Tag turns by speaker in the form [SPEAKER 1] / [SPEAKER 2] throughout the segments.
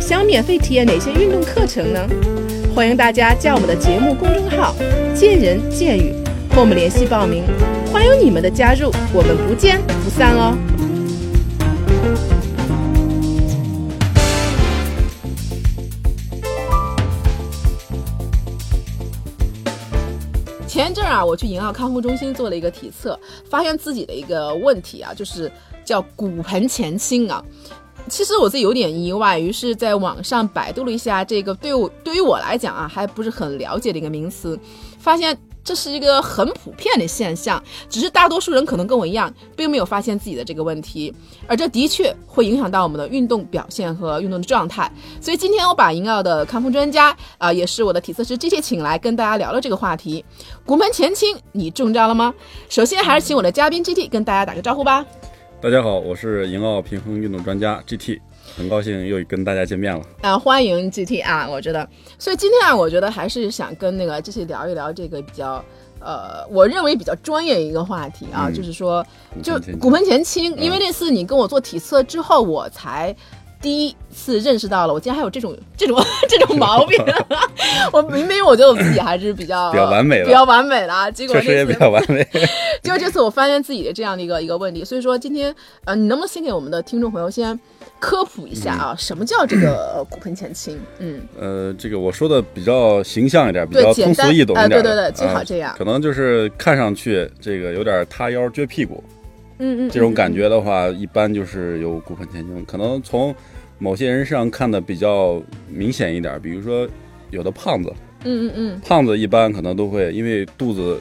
[SPEAKER 1] 想免费体验哪些运动课程呢？欢迎大家加我们的节目公众号“见人见语”和我们联系报名，欢迎你们的加入，我们不见不散哦。前一阵儿啊，我去银奥康复中心做了一个体测，发现自己的一个问题啊，就是叫骨盆前倾啊。其实我自己有点意外，于是在网上百度了一下这个对我对于我来讲啊，还不是很了解的一个名词，发现这是一个很普遍的现象，只是大多数人可能跟我一样，并没有发现自己的这个问题，而这的确会影响到我们的运动表现和运动的状态。所以今天我把银奥的康复专家啊、也是我的体测师 G T 请来跟大家聊聊这个话题。骨盆前倾，你中招了吗？首先还是请我的嘉宾 G T 跟大家打个招呼吧。
[SPEAKER 2] 大家好，我是银奥平衡运动专家 GT，很高兴又跟大家见面了。
[SPEAKER 1] 啊，欢迎 GT 啊！我觉得，所以今天啊，我觉得还是想跟那个 GT 聊一聊这个比较，呃，我认为比较专业一个话题啊，
[SPEAKER 2] 嗯
[SPEAKER 1] 就是说，就
[SPEAKER 2] 前倾嗯
[SPEAKER 1] 骨盆前倾，因为那次你跟我做体测之后，我才。第一次认识到了，我竟然还有这种 这种这种毛 病，我明明我觉得我自己还是比较
[SPEAKER 2] 比较完美的
[SPEAKER 1] 比较完美的啊，结果
[SPEAKER 2] 确实也
[SPEAKER 1] 这
[SPEAKER 2] 比
[SPEAKER 1] 次
[SPEAKER 2] 较完美。
[SPEAKER 1] 结果这次我发现自己的这样的一个一个问题，所以说今天呃，你能不能先给我们的听众朋友先科普一下啊，什么叫这个呃骨盆前倾？嗯，
[SPEAKER 2] 呃，这个我说的比较形象一点，比
[SPEAKER 1] 对
[SPEAKER 2] 较
[SPEAKER 1] 简
[SPEAKER 2] 通
[SPEAKER 1] 单
[SPEAKER 2] 俗易懂一
[SPEAKER 1] 哎
[SPEAKER 2] 点的、
[SPEAKER 1] 对对对最好
[SPEAKER 2] 啊
[SPEAKER 1] 这样
[SPEAKER 2] 可能就是看上去这个有点塌腰撅屁股
[SPEAKER 1] 嗯嗯，
[SPEAKER 2] 这种感觉的话，一般就是有骨盆前倾。可能从某些人身上看的比较明显一点，比如说有的胖子，
[SPEAKER 1] 嗯，嗯嗯
[SPEAKER 2] 胖子一般可能都会因为肚子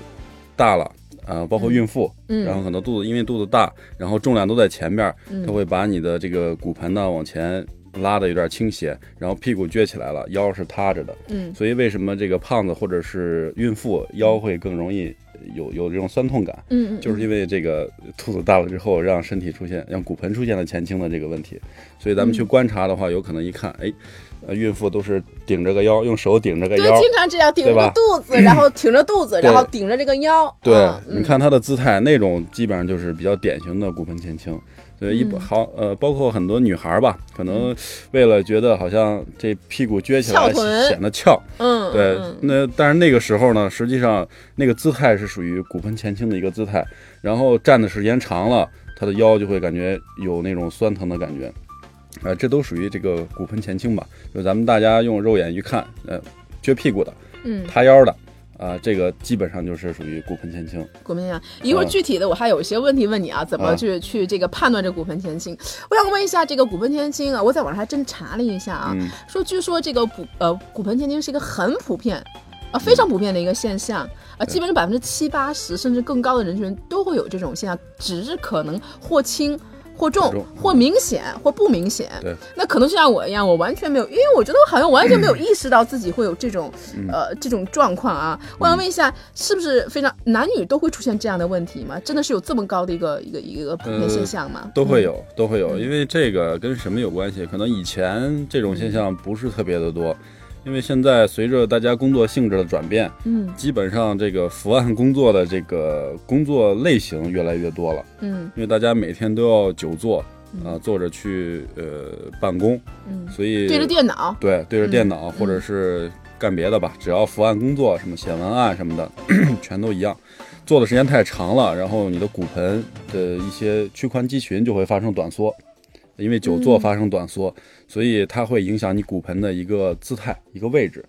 [SPEAKER 2] 大了。啊，包
[SPEAKER 1] 嗯
[SPEAKER 2] 括孕妇，
[SPEAKER 1] 嗯，
[SPEAKER 2] 然后可能肚子因为肚子大，然后重量都在前面，
[SPEAKER 1] 嗯
[SPEAKER 2] 它会把你的这个骨盆呢往前拉的有点倾斜，然后屁股撅起来了，腰是塌着的。
[SPEAKER 1] 嗯
[SPEAKER 2] 所以为什么这个胖子或者是孕妇腰会更容易有有这种酸痛感？
[SPEAKER 1] 嗯嗯，
[SPEAKER 2] 就
[SPEAKER 1] 嗯
[SPEAKER 2] 是因为这个肚子大了之后，让身体出现让骨盆出现了前倾的这个问题。所以咱们去
[SPEAKER 1] 嗯
[SPEAKER 2] 观察的话，有可能一看，哎，呃，孕妇都是顶着个腰，用手顶着个
[SPEAKER 1] 对，
[SPEAKER 2] 腰。
[SPEAKER 1] 经常这样顶着
[SPEAKER 2] 对吧
[SPEAKER 1] 肚子，然后挺着肚子，
[SPEAKER 2] 对
[SPEAKER 1] 然后顶着这个腰，
[SPEAKER 2] 对，
[SPEAKER 1] 啊
[SPEAKER 2] 你，看她的姿态，那种基本上就是比较典型的骨盆前倾。所以一
[SPEAKER 1] 嗯
[SPEAKER 2] 好呃，包括很多女孩儿吧，可能为了觉得好像这屁股撅起
[SPEAKER 1] 翘
[SPEAKER 2] 来
[SPEAKER 1] 臀
[SPEAKER 2] 显得翘，
[SPEAKER 1] 嗯嗯，
[SPEAKER 2] 对
[SPEAKER 1] 嗯，
[SPEAKER 2] 那但是那个时候呢，实际上那个姿态是属于骨盆前倾的一个姿态，然后站的时间长了，她的腰就会感觉有那种酸疼的感觉，呃，这都属于这个骨盆前倾吧，就咱们大家用肉眼一看，呃，撅屁股的、
[SPEAKER 1] 嗯，
[SPEAKER 2] 塌腰的，啊、这个基本上就是属于骨盆前倾。
[SPEAKER 1] 骨盆前倾。一会儿
[SPEAKER 2] 啊
[SPEAKER 1] 具体的我还有一些问题问你啊，怎么
[SPEAKER 2] 啊
[SPEAKER 1] 去、去这个判断这骨盆前倾？我想问一下这个骨盆前倾啊，我在网上还真查了一下啊，
[SPEAKER 2] 嗯
[SPEAKER 1] 说据说这个骨呃骨盆前倾是一个很普遍。啊，非
[SPEAKER 2] 嗯
[SPEAKER 1] 常普遍的一个现象啊，基本上百分之七八十甚至更高的人群都会有这种现象，只是可能或轻或
[SPEAKER 2] 或
[SPEAKER 1] 重
[SPEAKER 2] 重，
[SPEAKER 1] 或明显或不明显。
[SPEAKER 2] 对，
[SPEAKER 1] 那可能就像我一样，我完全没有，因为我觉得我好像完全没
[SPEAKER 2] 嗯
[SPEAKER 1] 有意识到自己会有这种、呃这种状况啊。我
[SPEAKER 2] 嗯
[SPEAKER 1] 想问一下，是不是非常男女都会出现这样的问题吗？真的是有这么高的一个一个一个普遍现象吗？
[SPEAKER 2] 呃都会
[SPEAKER 1] 有，
[SPEAKER 2] 有，都会有，
[SPEAKER 1] 嗯
[SPEAKER 2] 因为这个跟什么有关系？可能以前这种现象不是特别的多，因为现在随着大家工作性质的转变，
[SPEAKER 1] 嗯
[SPEAKER 2] 基本上这个伏案工作的这个工作类型越来越多了，
[SPEAKER 1] 嗯
[SPEAKER 2] 因为大家每天都要久坐
[SPEAKER 1] 嗯
[SPEAKER 2] 啊、坐着去呃办公，
[SPEAKER 1] 嗯，
[SPEAKER 2] 所以
[SPEAKER 1] 对着电脑，
[SPEAKER 2] 对对着电脑、
[SPEAKER 1] 嗯
[SPEAKER 2] 或者是干别的吧，只要伏案工作，什么写文案什么的， 全都一样。坐的时间太长了，然后你的骨盆的一些屈髋肌群就会发生短缩，因为久坐
[SPEAKER 1] 嗯
[SPEAKER 2] 发生短缩，所以它会影响你骨盆的一个姿态、一个位置。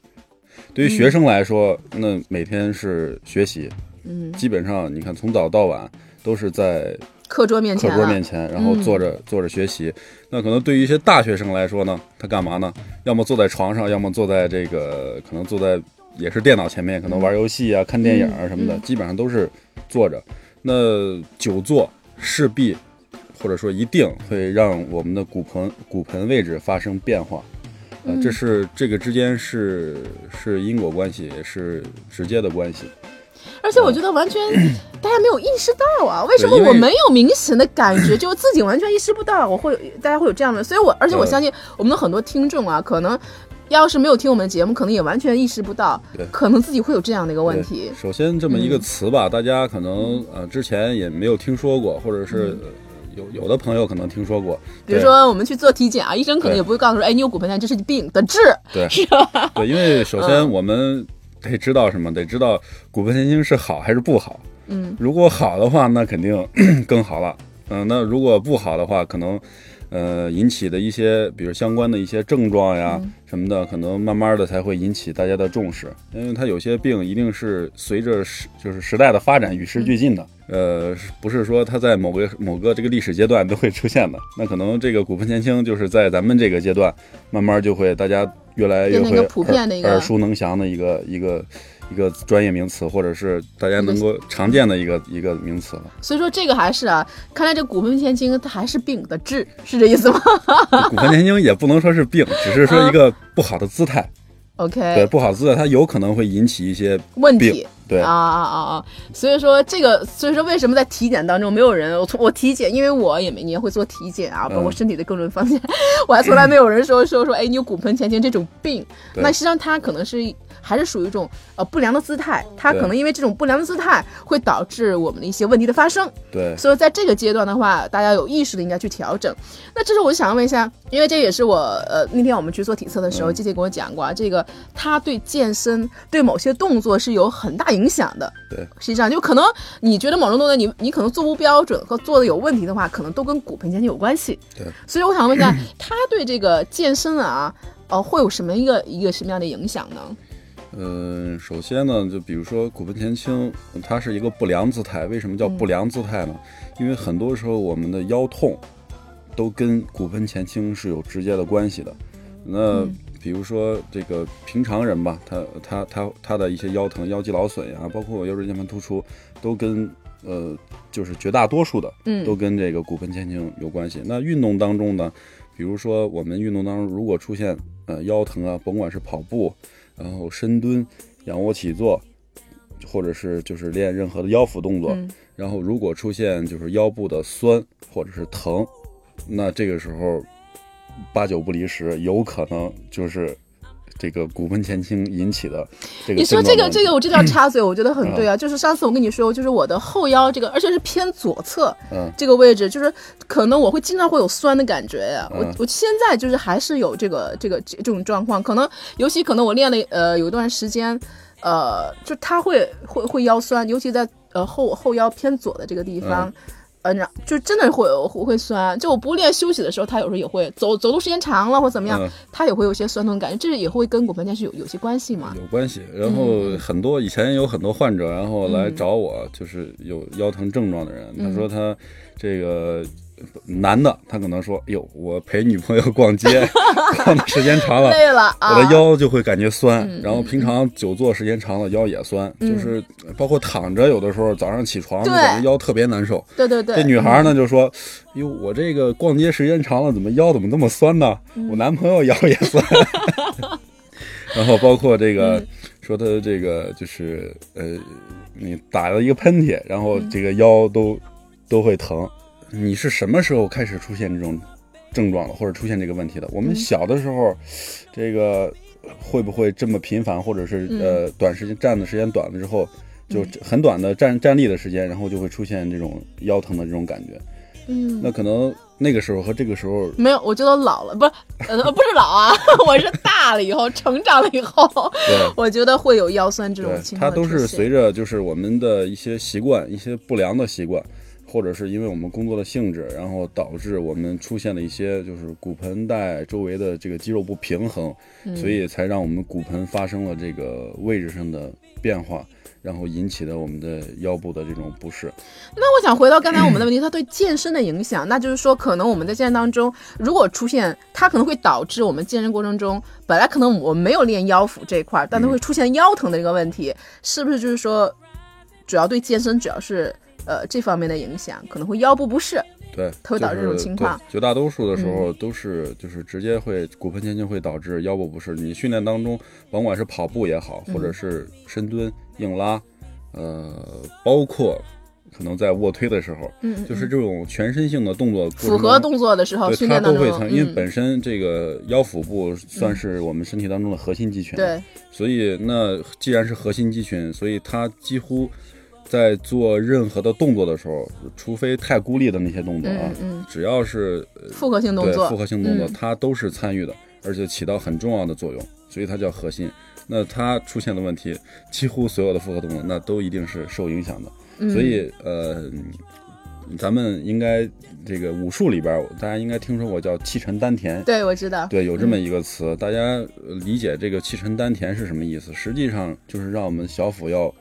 [SPEAKER 2] 对于学生来说，那每天是学习，
[SPEAKER 1] 嗯，
[SPEAKER 2] 基本上你看从早到晚都是在
[SPEAKER 1] 课桌面
[SPEAKER 2] 课
[SPEAKER 1] 前啊
[SPEAKER 2] 桌
[SPEAKER 1] 了，嗯
[SPEAKER 2] 面前，然后坐着、坐着学习。那可能对于一些大学生来说呢，他干嘛呢？要么坐在床上，要么坐在这个可能坐在也是电脑前面，可能玩游戏啊、看电影啊什么的，
[SPEAKER 1] 嗯
[SPEAKER 2] 基本上都是坐着。那久坐势必或者说一定会让我们的骨盆骨盆位置发生变化。呃，
[SPEAKER 1] 嗯
[SPEAKER 2] 这是这个之间是是因果关系，也是直接的关系。
[SPEAKER 1] 而且我觉得完 全大家没有意识到啊，为什么
[SPEAKER 2] 对因为
[SPEAKER 1] 我没有明显的感觉，就是自己完全意识不到，我会有大家会有这样的，所以我而且我
[SPEAKER 2] 对
[SPEAKER 1] 相信我们的很多听众啊，可能要是没有听我们的节目，可能也完全意识不到
[SPEAKER 2] 对，
[SPEAKER 1] 可能自己会有这样的一个问
[SPEAKER 2] 对
[SPEAKER 1] 题。嗯
[SPEAKER 2] 首先这么一个词吧，大家可能呃之前也没有听说过，或者
[SPEAKER 1] 嗯
[SPEAKER 2] 是、呃有有的朋友可能听说过，
[SPEAKER 1] 比如
[SPEAKER 2] 对
[SPEAKER 1] 说我们去做体检啊，医生可能
[SPEAKER 2] 对
[SPEAKER 1] 也不会告诉说，哎，你有骨盆腔，这是病得治，
[SPEAKER 2] 对
[SPEAKER 1] 是吧？嗯
[SPEAKER 2] 对，因为首先我们得知道什么，得知道骨盆前倾是好还是不好。
[SPEAKER 1] 嗯，
[SPEAKER 2] 如果好的话，那肯定 更好了。嗯、那如果不好的话，可能呃引起的一些，比如相关的一些症状呀、
[SPEAKER 1] 嗯
[SPEAKER 2] 什么的，可能慢慢的才会引起大家的重视，因为它有些病一定是随着时就是时代的发展与时俱进的。
[SPEAKER 1] 嗯
[SPEAKER 2] 呃，是不是说它在某个某个这个历史阶段都会出现的， 那可能这个骨盆前倾就是在咱们这个阶段，慢慢就会大家越来越
[SPEAKER 1] 变成
[SPEAKER 2] 会
[SPEAKER 1] 一个普遍的一个
[SPEAKER 2] 耳耳熟能详的一个一个一个专业名词，或者是大家
[SPEAKER 1] 一个
[SPEAKER 2] 能够常见的一个一个名词了。
[SPEAKER 1] 所以说这个还是啊，看来这骨盆前倾它还是病得治，是这意思吗
[SPEAKER 2] 就骨盆前倾也不能说是病，只是说一个不好的姿态，对
[SPEAKER 1] ？OK，
[SPEAKER 2] 不好的姿态，它有可能会引起一些
[SPEAKER 1] 问
[SPEAKER 2] 病
[SPEAKER 1] 题。
[SPEAKER 2] 对
[SPEAKER 1] 啊啊啊啊！所以说这个，所以说为什么在体检当中没有人？我从我体检，因为我也每年会做体检啊，包括
[SPEAKER 2] 嗯
[SPEAKER 1] 身体的各种方面，我还从来没有人说 说说，哎，你有骨盆前倾这种病。
[SPEAKER 2] 对
[SPEAKER 1] 那实际上它可能是还是属于一种呃不良的姿态，它
[SPEAKER 2] 对
[SPEAKER 1] 可能因为这种不良的姿态会导致我们的一些问题的发生。
[SPEAKER 2] 对
[SPEAKER 1] 所以在这个阶段的话，大家有意识的应该去调整。那这时候我就想问一下，因为这也是我呃那天我们去做体测的时候，
[SPEAKER 2] 嗯
[SPEAKER 1] 姐姐跟我讲过啊，这个它对健身对某些动作是有很大影响的。
[SPEAKER 2] 对
[SPEAKER 1] 实际上就可能你觉得某种动作你你可能做不标准和做的有问题的话，可能都跟骨盆前倾有关系。
[SPEAKER 2] 对，
[SPEAKER 1] 所以我想问一下，它对这个健身啊，呃，会有什么一个一个什么样的影响呢？
[SPEAKER 2] 嗯，首先呢，就比如说骨盆前倾，它是一个不良姿态。为什么叫不良姿态呢？因为很多时候我们的腰痛都跟骨盆前倾是有直接的关系的。那比如说这个平常人吧，他他他他的一些腰疼、腰肌劳损呀，啊包括腰椎间盘突出，都跟呃就是绝大多数的
[SPEAKER 1] 嗯
[SPEAKER 2] 都跟这个骨盆前倾有关系。那运动当中呢，比如说我们运动当中如果出现呃腰疼啊，甭管是跑步，然后深蹲、仰卧起坐，或者是就是练任何的腰腹动作，
[SPEAKER 1] 嗯
[SPEAKER 2] 然后如果出现就是腰部的酸或者是疼，那这个时候八九不离十，有可能就是这个骨盆前倾引起的这个。嗯
[SPEAKER 1] 你说这个这个，，我真的要插嘴，我觉得很对啊。就是上次我跟你说，就是我的后腰这个，而且是偏左侧
[SPEAKER 2] 嗯，
[SPEAKER 1] 这个位置，就是可能我会经常会有酸的感觉呀。我
[SPEAKER 2] 嗯
[SPEAKER 1] 我现在就是还是有这个这个这这种状况，可能尤其可能我练了呃有一段时间，呃，就它会会会腰酸，尤其在呃后后腰偏左的这个地方。
[SPEAKER 2] 嗯
[SPEAKER 1] 呃，然就真的会会会酸，就我不练休息的时候，它有时候也会走走路时间长了或怎么样，
[SPEAKER 2] 嗯
[SPEAKER 1] 它也会有一些酸痛感觉，这也会跟骨盆腔是有有些关系嘛。
[SPEAKER 2] 有关系。然
[SPEAKER 1] 嗯
[SPEAKER 2] 后很多以前有很多患者，然后来找我，就是有腰疼症状的人，他
[SPEAKER 1] 嗯
[SPEAKER 2] 说他这个。男的，他可能说：“哟，我陪女朋友逛街， 逛的时间 长了，
[SPEAKER 1] 累了啊，嗯
[SPEAKER 2] 我的腰就会感觉酸，然后平常久坐时间长了腰也酸，就是包括躺着，有的时候早上起床就
[SPEAKER 1] 对
[SPEAKER 2] 感觉腰特别难受。
[SPEAKER 1] 对对嗯对，
[SPEAKER 2] 这女孩呢就说：“哟，我这个逛街时间长了，怎么腰怎么那么酸呢？
[SPEAKER 1] 嗯
[SPEAKER 2] 我男朋友腰也酸。” 然后包括这
[SPEAKER 1] 嗯
[SPEAKER 2] 个说她这个就是呃，你打了一个喷嚏，然后这个腰都都会疼。你是什么时候开始出现这种症状的，或者出现这个问题的？我们小的时候，这个会不会这么频繁，或者是呃短时间站的时间短了之后，就很短的站站立的时间，然后就会出现这种腰疼的这种感觉？
[SPEAKER 1] 嗯，
[SPEAKER 2] 那可能那个时候和这个时候
[SPEAKER 1] 没有，我觉得老了，不是， 呃，不是老啊， 我是大了以后， 成长了以后，
[SPEAKER 2] 对。
[SPEAKER 1] 我觉得会有腰酸这种
[SPEAKER 2] 对，
[SPEAKER 1] 情
[SPEAKER 2] 它
[SPEAKER 1] 况
[SPEAKER 2] 都
[SPEAKER 1] 出
[SPEAKER 2] 是
[SPEAKER 1] 现
[SPEAKER 2] 随着就是我们的一些习惯、一些不良的习惯，或者是因为我们工作的性质，然后导致我们出现了一些就是骨盆带周围的这个肌肉不平衡，
[SPEAKER 1] 嗯
[SPEAKER 2] 所以才让我们骨盆发生了这个位置上的变化，然后引起的我们的腰部的这种不适。
[SPEAKER 1] 那我想回到刚才我们的问题，它对健身的影响，那就是说，可能我们在健身当中，如果出现，它可能会导致我们健身过程中，本来可能我们没有练腰腹这一块儿，但它会出现腰疼的这个问题，是不是就是说，主要对健身主要是呃这方面的影响，可能会腰部不适。
[SPEAKER 2] 对，
[SPEAKER 1] 它会导致这种情况嗯
[SPEAKER 2] 就是对绝大多数的时候都是就是直接会骨盆前倾会导致腰部不适。你训练当中，甭管是跑步也好，
[SPEAKER 1] 嗯
[SPEAKER 2] 或者是深蹲、硬拉，呃，包括可能在卧推的时候，
[SPEAKER 1] 嗯，嗯
[SPEAKER 2] 就是
[SPEAKER 1] 嗯
[SPEAKER 2] 这种全身性的动作过程
[SPEAKER 1] 符
[SPEAKER 2] 中
[SPEAKER 1] 合动作的时候
[SPEAKER 2] 对
[SPEAKER 1] 训
[SPEAKER 2] 它
[SPEAKER 1] 练当
[SPEAKER 2] 都
[SPEAKER 1] 中
[SPEAKER 2] 会，疼，因为
[SPEAKER 1] 嗯
[SPEAKER 2] 本身这个腰腹部算是我们身体当中的核心肌群。
[SPEAKER 1] 对，
[SPEAKER 2] 所以那既然是核心肌群，所以它几乎在做任何的动作的时候，除非太孤立的那些动作啊
[SPEAKER 1] 嗯，嗯，
[SPEAKER 2] 只要是呃
[SPEAKER 1] 复合性动
[SPEAKER 2] 对
[SPEAKER 1] 作
[SPEAKER 2] 复，合性动作，
[SPEAKER 1] 嗯
[SPEAKER 2] 它都是参与的，而且起到很重要的作用，所以它叫核心。那它出现的问题，几乎所有的复合动作，那都一定是受影响的。
[SPEAKER 1] 嗯
[SPEAKER 2] 所以呃，咱们应该这个武术里边儿，大家应该听说过叫气沉丹田。
[SPEAKER 1] 对我知道，
[SPEAKER 2] 对，有这么一个词，大家呃理解这个气沉丹田是什么意思？实际上就是让我们小腹要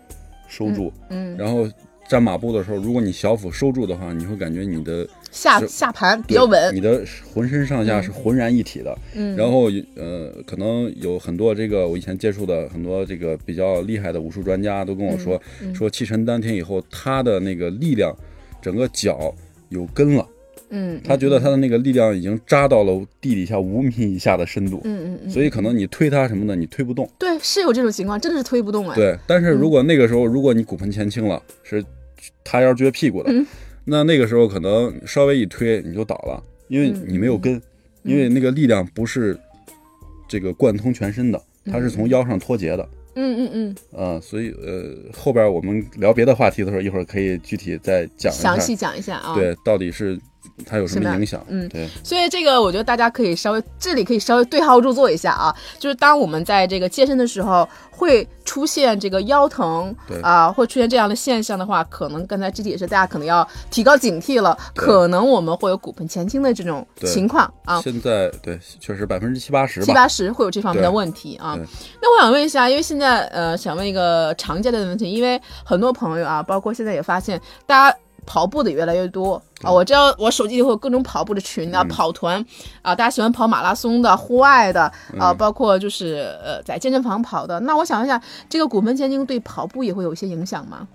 [SPEAKER 2] 收住，
[SPEAKER 1] 嗯，
[SPEAKER 2] 然后站马步的时候，如果你小腹收住的话，你会感觉你的
[SPEAKER 1] 下
[SPEAKER 2] 是
[SPEAKER 1] 下盘比较稳，
[SPEAKER 2] 你的浑身上下
[SPEAKER 1] 嗯
[SPEAKER 2] 是浑然一体的。
[SPEAKER 1] 嗯，
[SPEAKER 2] 然后呃，可能有很多这个我以前接触的很多这个比较厉害的武术专家都跟我说，
[SPEAKER 1] 嗯嗯
[SPEAKER 2] 说气沉丹田以后，他的那个力量，整个脚有根了，
[SPEAKER 1] 嗯，
[SPEAKER 2] 他觉得他的那个力量已经扎到了地底下五米以下的深度。
[SPEAKER 1] 嗯嗯嗯，
[SPEAKER 2] 所以可能你推它什么的，你推不动。
[SPEAKER 1] 对是有这种情况，真的是推不动哎，
[SPEAKER 2] 对，但是如果那个时候，如果你骨盆前倾了，是塌腰撅屁股的
[SPEAKER 1] 嗯，
[SPEAKER 2] 那那个时候可能稍微一推你就倒了，因为
[SPEAKER 1] 嗯
[SPEAKER 2] 你没有根，因为那个力量不是这个贯通全身的，
[SPEAKER 1] 嗯
[SPEAKER 2] 它是从腰上脱节的。
[SPEAKER 1] 嗯嗯嗯，
[SPEAKER 2] 啊、所以呃，后边我们聊别的话题的时候，一会儿可以具体再讲一下
[SPEAKER 1] 详，细讲一下啊，，
[SPEAKER 2] 对，到底是它有什
[SPEAKER 1] 什么
[SPEAKER 2] 么
[SPEAKER 1] 样
[SPEAKER 2] 影响？
[SPEAKER 1] 嗯
[SPEAKER 2] 对，
[SPEAKER 1] 所以这个我觉得大家可以稍微这里可以稍微对号入座一下啊，就是当我们在这个健身的时候会出现这个腰疼
[SPEAKER 2] 对
[SPEAKER 1] 啊、会出现这样的现象的话，可能刚才肢体也是大家可能要提高警惕了，
[SPEAKER 2] 对
[SPEAKER 1] 可能我们会有骨盆前倾的这种
[SPEAKER 2] 对
[SPEAKER 1] 情况啊。
[SPEAKER 2] 现在对，确实百分之七八十
[SPEAKER 1] 七
[SPEAKER 2] 吧，
[SPEAKER 1] 八十会有这方面的问题啊
[SPEAKER 2] 对对。嗯
[SPEAKER 1] 那我想问一下，因为现在呃，想问一个常见的问题，因为很多朋友啊，包括现在也发现，大家跑步的也越来越多啊。
[SPEAKER 2] 嗯
[SPEAKER 1] 我知道我手机里会有各种跑步的群啊，跑团啊，大家喜欢跑马拉松的、户外的
[SPEAKER 2] 嗯
[SPEAKER 1] 啊，包括就是呃在健身房跑的。那我想问一下，这个骨盆前倾对跑步也会有一些影响吗？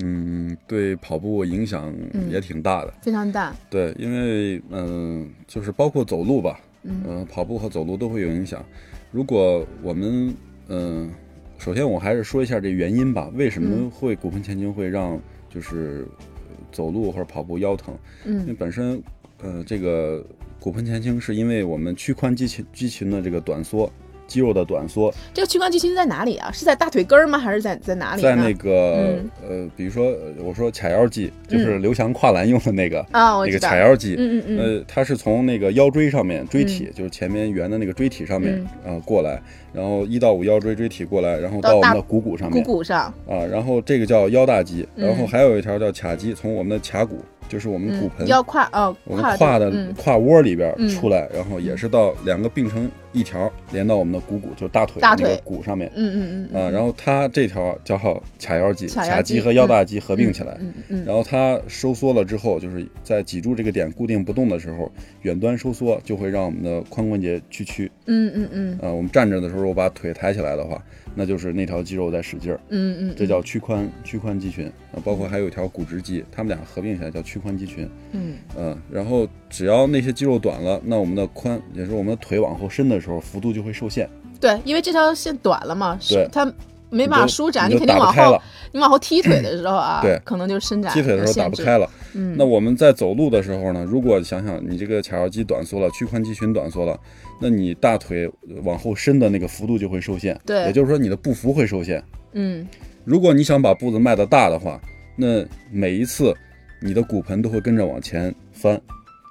[SPEAKER 2] 嗯，对跑步影响
[SPEAKER 1] 嗯
[SPEAKER 2] 也挺大的。
[SPEAKER 1] 非常大，
[SPEAKER 2] 对，因为嗯、就是包括走路吧，嗯、跑步和走路都会有影响。如果我们嗯、首先我还是说一下这原因吧，为什么
[SPEAKER 1] 嗯
[SPEAKER 2] 会骨盆前倾会让就是呃走路或者跑步腰疼？因为
[SPEAKER 1] 嗯
[SPEAKER 2] 本身呃这个骨盆前倾是因为我们屈髋肌群肌群的这个短缩。肌肉的短缩，
[SPEAKER 1] 这个屈髋肌群在哪里啊？是在大腿根儿吗？还是在在哪里呢？
[SPEAKER 2] 在那个、
[SPEAKER 1] 啊嗯
[SPEAKER 2] 呃，比如说呃我说卡腰肌，就是刘翔跨栏用的那个、
[SPEAKER 1] 啊，我
[SPEAKER 2] 那
[SPEAKER 1] 知
[SPEAKER 2] 个
[SPEAKER 1] 道
[SPEAKER 2] 卡。腰肌，
[SPEAKER 1] 嗯嗯嗯，
[SPEAKER 2] 呃，它是从那个腰椎上面椎体，就是前面圆的那个椎体上面啊、呃过来，然后一到五腰椎椎体过来，然后
[SPEAKER 1] 嗯到
[SPEAKER 2] 到我
[SPEAKER 1] 大
[SPEAKER 2] 们的股骨上
[SPEAKER 1] 股
[SPEAKER 2] 面
[SPEAKER 1] 骨上，
[SPEAKER 2] 啊，然后这个叫腰大肌，然后
[SPEAKER 1] 嗯
[SPEAKER 2] 还有一条叫髂肌，从我们的髂骨，就是我们
[SPEAKER 1] 嗯
[SPEAKER 2] 骨盆。
[SPEAKER 1] 腰胯哦，
[SPEAKER 2] 我们
[SPEAKER 1] 胯
[SPEAKER 2] 胯
[SPEAKER 1] 这
[SPEAKER 2] 的
[SPEAKER 1] 个嗯
[SPEAKER 2] 胯窝里边
[SPEAKER 1] 嗯
[SPEAKER 2] 出来，然后也是到两个并成一条，连到我们的股骨，就是大腿
[SPEAKER 1] 大
[SPEAKER 2] 那个
[SPEAKER 1] 腿
[SPEAKER 2] 骨上面
[SPEAKER 1] 嗯嗯嗯嗯
[SPEAKER 2] 啊。然后它这条叫髂腰肌，
[SPEAKER 1] 髂腰
[SPEAKER 2] 髂
[SPEAKER 1] 肌
[SPEAKER 2] 肌和腰大肌合并起来，
[SPEAKER 1] 嗯嗯嗯
[SPEAKER 2] 然后它收缩了之后，就是在脊柱这个点固定不动的时候，远端收缩就会让我们的髋关节屈曲。
[SPEAKER 1] 嗯嗯嗯
[SPEAKER 2] 啊、我们站着的时候，我把腿抬起来的话，那就是那条肌肉在使劲儿，
[SPEAKER 1] 嗯嗯，
[SPEAKER 2] 这叫屈髋屈髋肌群。啊、包括还有一条骨直肌，它们俩合并起来叫屈髋肌群。
[SPEAKER 1] 嗯
[SPEAKER 2] 嗯、然后只要那些肌肉短了，那我们的髋，也就是我们的腿往后伸的时候，幅度就会受限，
[SPEAKER 1] 对，因为这条线短了嘛，是
[SPEAKER 2] 对
[SPEAKER 1] 它没
[SPEAKER 2] 你
[SPEAKER 1] 办法
[SPEAKER 2] 就
[SPEAKER 1] 舒展，
[SPEAKER 2] 你
[SPEAKER 1] 你
[SPEAKER 2] 就
[SPEAKER 1] 肯定
[SPEAKER 2] 打
[SPEAKER 1] 往
[SPEAKER 2] 不开
[SPEAKER 1] 后
[SPEAKER 2] 了，，
[SPEAKER 1] 你往后踢腿 的时候啊，
[SPEAKER 2] 对
[SPEAKER 1] 可能就伸展
[SPEAKER 2] 踢腿的时候打不
[SPEAKER 1] 限制
[SPEAKER 2] 开，了。
[SPEAKER 1] 嗯，
[SPEAKER 2] 那我们在走路的时候呢，如果想想你这个髂腰肌短缩了，屈髋肌群短缩了，那你大腿往后伸的那个幅度就会受限，
[SPEAKER 1] 对
[SPEAKER 2] 也就是说你的步幅会受限。
[SPEAKER 1] 嗯
[SPEAKER 2] 如果你想把步子迈得大的话，那每一次你的骨盆都会跟着往前翻，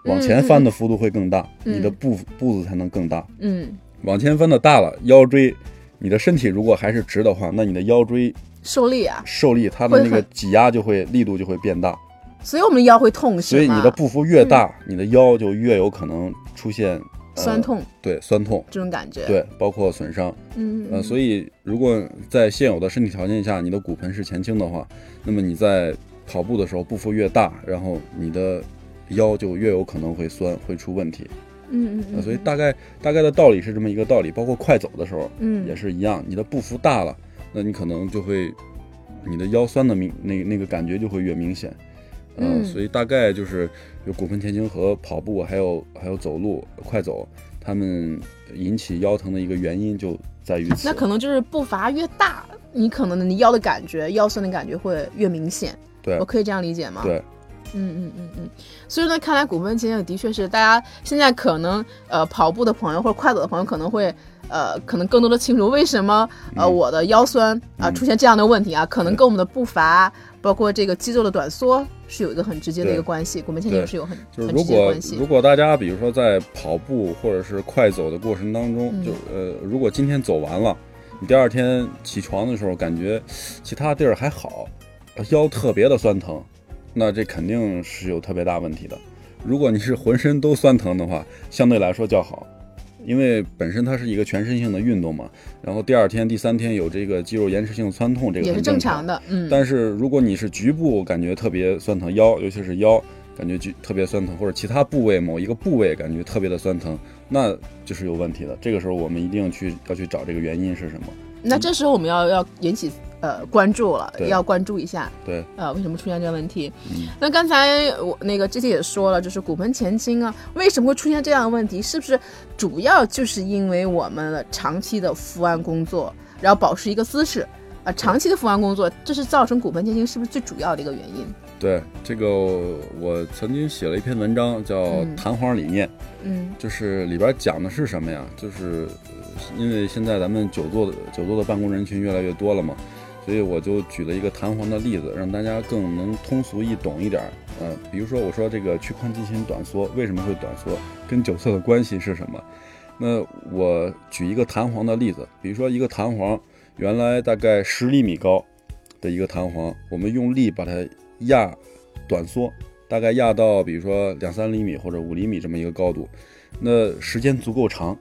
[SPEAKER 2] 往前翻的幅度会更大，
[SPEAKER 1] 嗯
[SPEAKER 2] 你的步步子才能更大。
[SPEAKER 1] 嗯，
[SPEAKER 2] 往前翻的大了，腰椎，你的身体如果还是直的话，那你的腰椎
[SPEAKER 1] 受力啊，
[SPEAKER 2] 受力，它的那
[SPEAKER 1] 会
[SPEAKER 2] 个
[SPEAKER 1] 很
[SPEAKER 2] 挤压就会力度就会变大。
[SPEAKER 1] 所以我们腰会痛是
[SPEAKER 2] 所以
[SPEAKER 1] 吗？
[SPEAKER 2] 你的步幅越大，你的腰就越有可能出现、呃
[SPEAKER 1] 酸，痛
[SPEAKER 2] 对酸痛，
[SPEAKER 1] 这种感觉，，
[SPEAKER 2] 对，包括损伤。
[SPEAKER 1] 嗯
[SPEAKER 2] 呃，所
[SPEAKER 1] 以
[SPEAKER 2] 以如果在现有的身体条件下，你的骨盆是前倾的话，那么你在跑步的时候步幅越大，然后你的腰就越有可能会酸，会出问题。
[SPEAKER 1] 嗯嗯
[SPEAKER 2] 呃
[SPEAKER 1] 嗯，
[SPEAKER 2] 所以大概大概的道理是这么一个道理，包括快走的时候
[SPEAKER 1] 嗯
[SPEAKER 2] 也是一样，你的步幅大了，那你可能就会你的腰酸的明那那个感觉就会越明显。呃
[SPEAKER 1] 嗯
[SPEAKER 2] 所以大概就是有骨盆前倾和跑步，还有还有走路、快走，他们引起腰疼的一个原因就在于此。
[SPEAKER 1] 那可能就是步伐越大，你可能你腰的感觉、腰酸的感觉会越明显。
[SPEAKER 2] 对
[SPEAKER 1] 我可以这样理解吗？
[SPEAKER 2] 对，
[SPEAKER 1] 嗯嗯嗯嗯。所以呢，看来骨盆前倾的确是大家现在可能呃跑步的朋友或者快走的朋友可能会。呃，可能更多的清楚为什么呃
[SPEAKER 2] 嗯
[SPEAKER 1] 我的腰酸啊、
[SPEAKER 2] 嗯
[SPEAKER 1] 出现这样的问题啊，可能
[SPEAKER 2] 对
[SPEAKER 1] 跟我们的步伐，包括这个肌肉的短缩是有一个很直接的一
[SPEAKER 2] 对
[SPEAKER 1] 个关系，骨盆前倾
[SPEAKER 2] 对
[SPEAKER 1] 是有很
[SPEAKER 2] 就是
[SPEAKER 1] 很
[SPEAKER 2] 如
[SPEAKER 1] 直接的
[SPEAKER 2] 果
[SPEAKER 1] 关系
[SPEAKER 2] 如。果大家比如说在跑步或者是快走的过程当中，
[SPEAKER 1] 嗯
[SPEAKER 2] 就呃，如果今天走完了，你第二天起床的时候感觉其他地儿还好，呃腰特别的酸疼，那这肯定是有特别大问题的。如果你是浑身都酸疼的话，相对来说较好，因为本身它是一个全身性的运动嘛。然后第二天、第三天有这个肌肉延迟性酸痛，这个
[SPEAKER 1] 也是
[SPEAKER 2] 很正
[SPEAKER 1] 常的，嗯，
[SPEAKER 2] 但是如果你是局部感觉特别酸疼，腰尤其是腰感觉局特别酸疼，或者其他部位某一个部位感觉特别的酸疼，那就是有问题的。这个时候我们一定去要去找这个原因是什么。
[SPEAKER 1] 那这时候我们要要引起呃关注了，
[SPEAKER 2] 对
[SPEAKER 1] 要关注一下，
[SPEAKER 2] 对，
[SPEAKER 1] 呃，为什么出现这个问题？
[SPEAKER 2] 嗯
[SPEAKER 1] 那刚才我那个 G T 也说了，就是骨盆前倾啊，为什么会出现这样的问题？是不是主要就是因为我们的长期的伏案工作，然后保持一个姿势？啊，长期的伏案工作，这是造成骨盆前倾是不是最主要的一个原因？
[SPEAKER 2] 对，这个我曾经写了一篇文章叫
[SPEAKER 1] 嗯
[SPEAKER 2] 《弹簧理念》，
[SPEAKER 1] 嗯
[SPEAKER 2] 就是里边讲的是什么呀？就是呃因为现在咱们久坐的久坐的办公人群越来越多了嘛，所以我就举了一个弹簧的例子，让大家更能通俗易懂一点儿。呃，比如说我说这个屈髋肌群短缩为什么会短缩，跟久坐的关系是什么？那我举一个弹簧的例子，比如说一个弹簧原来大概十厘米高的一个弹簧，我们用力把它压短缩，大概压到比如说两三厘米或者五厘米这么一个高度，那时间足够长，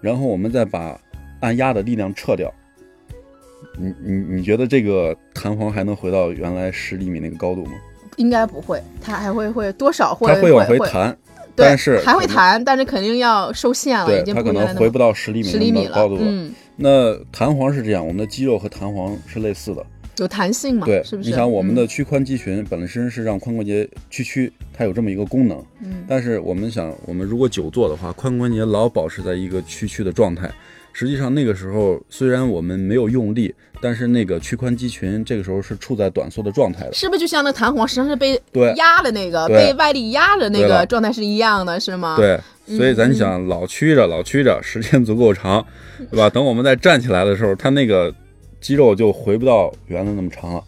[SPEAKER 2] 然后我们再把按压的力量撤掉。你你你觉得这个弹簧还能回到原来十厘米那个高度吗？
[SPEAKER 1] 应该不会，它还会会多少会
[SPEAKER 2] 它
[SPEAKER 1] 会
[SPEAKER 2] 往回，弹，
[SPEAKER 1] 对
[SPEAKER 2] 但是
[SPEAKER 1] 还会
[SPEAKER 2] 可能
[SPEAKER 1] 弹，但是肯定要受限了，
[SPEAKER 2] 对
[SPEAKER 1] 啊已，经
[SPEAKER 2] 它
[SPEAKER 1] 不
[SPEAKER 2] 可
[SPEAKER 1] 原来
[SPEAKER 2] 能
[SPEAKER 1] 那
[SPEAKER 2] 回
[SPEAKER 1] 么
[SPEAKER 2] 不到十厘米
[SPEAKER 1] 十厘
[SPEAKER 2] 那
[SPEAKER 1] 米
[SPEAKER 2] 么
[SPEAKER 1] 了
[SPEAKER 2] 高度，了。
[SPEAKER 1] 嗯，
[SPEAKER 2] 那弹簧是这样，我们的肌肉和弹簧是类似的，
[SPEAKER 1] 有弹性嘛？
[SPEAKER 2] 对，
[SPEAKER 1] 是不是？
[SPEAKER 2] 你想我们
[SPEAKER 1] 嗯
[SPEAKER 2] 的屈髋肌群本身是让髋关节屈曲，它有这么一个功能，
[SPEAKER 1] 嗯
[SPEAKER 2] 但是我们想，我们如果久坐的话，髋关节老保持在一个屈曲的状态。实际上那个时候，虽然我们没有用力，但是那个屈髋肌群这个时候是处在短缩的状态的。
[SPEAKER 1] 是不是就像那弹簧实际上是被
[SPEAKER 2] 对
[SPEAKER 1] 压的那个，
[SPEAKER 2] 对
[SPEAKER 1] 被外力压的那
[SPEAKER 2] 对
[SPEAKER 1] 个
[SPEAKER 2] 了
[SPEAKER 1] 状态是一样的，是吗？，
[SPEAKER 2] 对，
[SPEAKER 1] 嗯
[SPEAKER 2] 所以咱想老屈着，老屈着，时间足够 长，对吧？等我们再站起来的时候，它那个肌肉就回不到原来那么长了，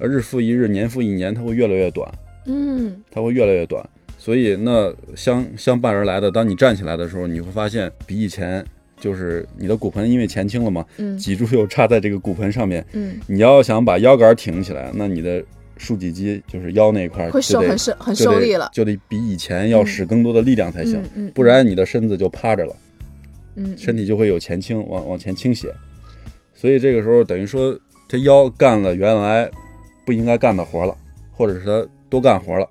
[SPEAKER 2] 而日复一日，年复一年，它会越来越短。
[SPEAKER 1] 嗯，
[SPEAKER 2] 它会越来越短。所以那相相伴而来的，当你站起来的时候，你会发现比以前就是你的骨盆因为前倾了嘛，
[SPEAKER 1] 嗯
[SPEAKER 2] 脊柱又插在这个骨盆上面，
[SPEAKER 1] 嗯，
[SPEAKER 2] 你要想把腰杆挺起来，那你的竖脊肌就是腰那块儿
[SPEAKER 1] 会
[SPEAKER 2] 就
[SPEAKER 1] 受
[SPEAKER 2] 得
[SPEAKER 1] 很受很
[SPEAKER 2] 就
[SPEAKER 1] 受
[SPEAKER 2] 得
[SPEAKER 1] 力了，
[SPEAKER 2] 就得比以前要使更多的力量才行，
[SPEAKER 1] 嗯嗯，
[SPEAKER 2] 不然你的身子就趴着了，
[SPEAKER 1] 嗯
[SPEAKER 2] 身体就会有前倾，往往前倾斜。所以这个时候等于说，这腰干了原来不应该干的活了，或者是他多干活了，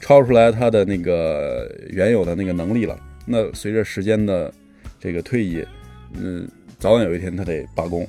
[SPEAKER 2] 超出来他的那个原有的那个能力了。那随着时间的这个推移，嗯，早晚有一天他得罢工。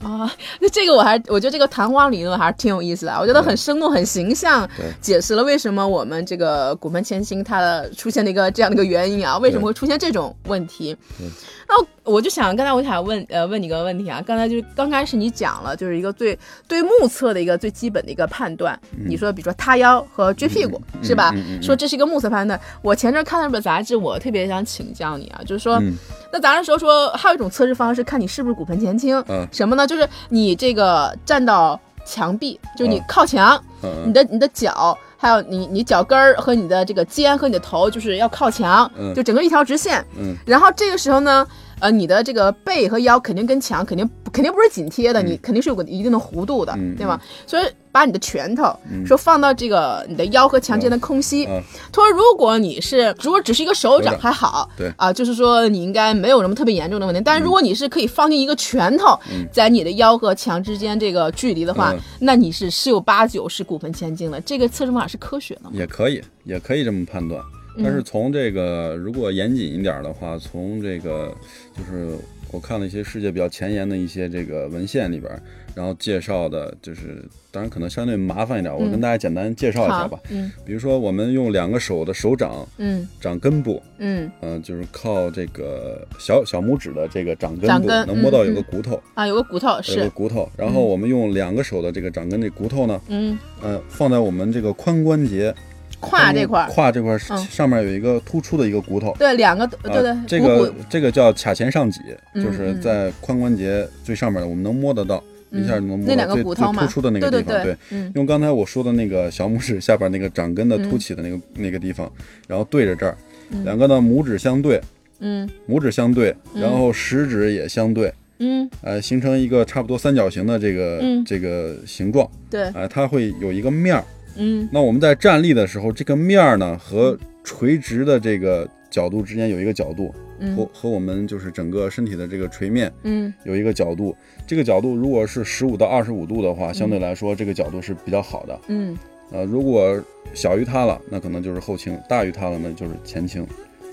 [SPEAKER 1] 啊，那这个我还我觉得这个弹簧理论还是挺有意思的，啊我觉得很生动、很形象
[SPEAKER 2] 对，
[SPEAKER 1] 解释了为什么我们这个骨盆前倾它的出现的一个这样的一个原因啊，为什么会出现这种问题
[SPEAKER 2] 对。
[SPEAKER 1] 那我就想，刚才我想问呃问你个问题啊，刚才就是刚开始你讲了，就是一个最对目测的一个最基本的一个判断，你说比如说塌腰和撅屁股、是吧？
[SPEAKER 2] 嗯嗯嗯
[SPEAKER 1] 说这是一个目测判断。我前阵看了本杂志，我特别想请教你啊，就是说。
[SPEAKER 2] 嗯
[SPEAKER 1] 那咱说说，还有一种测试方式，看你是不是骨盆前倾。
[SPEAKER 2] 嗯
[SPEAKER 1] 什么呢？就是你这个站到墙壁，就是你
[SPEAKER 2] 嗯
[SPEAKER 1] 靠墙，你
[SPEAKER 2] 嗯
[SPEAKER 1] 的你的脚，还有你你脚跟儿和你的这个肩和你的头，就是要靠墙，
[SPEAKER 2] 嗯
[SPEAKER 1] 就整个一条直线。
[SPEAKER 2] 嗯
[SPEAKER 1] 然后这个时候呢，呃，你的这个背和腰肯定跟墙肯定肯定不是紧贴的，你肯定是有个一定的弧度的，
[SPEAKER 2] 嗯
[SPEAKER 1] 对吗？所以把你的拳头说放到这个你的腰和墙之间的空隙，
[SPEAKER 2] 嗯嗯
[SPEAKER 1] 他说如果你是如果只是一个手掌
[SPEAKER 2] 手掌
[SPEAKER 1] 还好，
[SPEAKER 2] 对嗯
[SPEAKER 1] 啊，就是说你应该没有什么特别严重的问题，但是如果你是可以放进一个拳头，在你的腰和墙之间这个距离的话，
[SPEAKER 2] 嗯
[SPEAKER 1] 那你是十有八九是骨盆前倾的。这个测试方法是科学的吗
[SPEAKER 2] 嗯，也可以，也可以这么判断。
[SPEAKER 1] 嗯
[SPEAKER 2] 但是从这个如果严谨一点的话，从这个就是我看了一些世界比较前沿的一些这个文献里边儿，然后介绍的就是，当然可能相对麻烦一点，我
[SPEAKER 1] 嗯
[SPEAKER 2] 跟大家简单介绍一下吧
[SPEAKER 1] 好。，嗯
[SPEAKER 2] 比如说，我们用两个手的手掌
[SPEAKER 1] 嗯
[SPEAKER 2] 掌根部，
[SPEAKER 1] 嗯
[SPEAKER 2] 嗯、就是靠这个小小拇指的这个掌根部
[SPEAKER 1] 掌根
[SPEAKER 2] 能摸到有
[SPEAKER 1] 嗯
[SPEAKER 2] 个骨头，
[SPEAKER 1] 啊，有个骨头
[SPEAKER 2] 有个
[SPEAKER 1] 是，
[SPEAKER 2] 骨头。然后我们用两个手的这个掌根这骨头呢，
[SPEAKER 1] 嗯，
[SPEAKER 2] 呃，放在我们这个髋关节
[SPEAKER 1] 胯这块儿，
[SPEAKER 2] 胯这块儿
[SPEAKER 1] 嗯
[SPEAKER 2] 上面有一个突出的一个骨头。
[SPEAKER 1] 对，两个对对
[SPEAKER 2] 呃
[SPEAKER 1] 对，
[SPEAKER 2] 这
[SPEAKER 1] 股
[SPEAKER 2] 个
[SPEAKER 1] 骨
[SPEAKER 2] 这个叫髂前上棘，
[SPEAKER 1] 嗯
[SPEAKER 2] 就是
[SPEAKER 1] 嗯
[SPEAKER 2] 在髋关节最上面的，我们能摸得到，
[SPEAKER 1] 嗯
[SPEAKER 2] 一下就能摸
[SPEAKER 1] 那
[SPEAKER 2] 到
[SPEAKER 1] 两个
[SPEAKER 2] 最
[SPEAKER 1] 骨
[SPEAKER 2] 最
[SPEAKER 1] 头嘛
[SPEAKER 2] 突出的那个
[SPEAKER 1] 对
[SPEAKER 2] 地
[SPEAKER 1] 对
[SPEAKER 2] 方。对
[SPEAKER 1] 对，，嗯
[SPEAKER 2] 用刚才我说的那个小拇指下边那个掌根的
[SPEAKER 1] 嗯
[SPEAKER 2] 凸起的那个那个地方，然后对着这儿，
[SPEAKER 1] 嗯
[SPEAKER 2] 两个呢拇指相对，
[SPEAKER 1] 嗯
[SPEAKER 2] 拇指相对，
[SPEAKER 1] 嗯
[SPEAKER 2] 然后食指也相对，
[SPEAKER 1] 嗯，
[SPEAKER 2] 呃，形成一个差不多三角形的这个
[SPEAKER 1] 嗯
[SPEAKER 2] 这个形状，
[SPEAKER 1] 对，
[SPEAKER 2] 呃，它会有一个面儿。
[SPEAKER 1] 嗯
[SPEAKER 2] 那我们在站立的时候，这个面儿呢和垂直的这个角度之间有一个角度，和
[SPEAKER 1] 嗯
[SPEAKER 2] 和我们就是整个身体的这个垂面
[SPEAKER 1] 嗯
[SPEAKER 2] 有一个角度，这个角度如果是十五到二十五度的话，相对来说这个角度是比较好的。
[SPEAKER 1] 嗯，
[SPEAKER 2] 呃，如果小于它了，那可能就是后倾；大于它了，那就是前倾。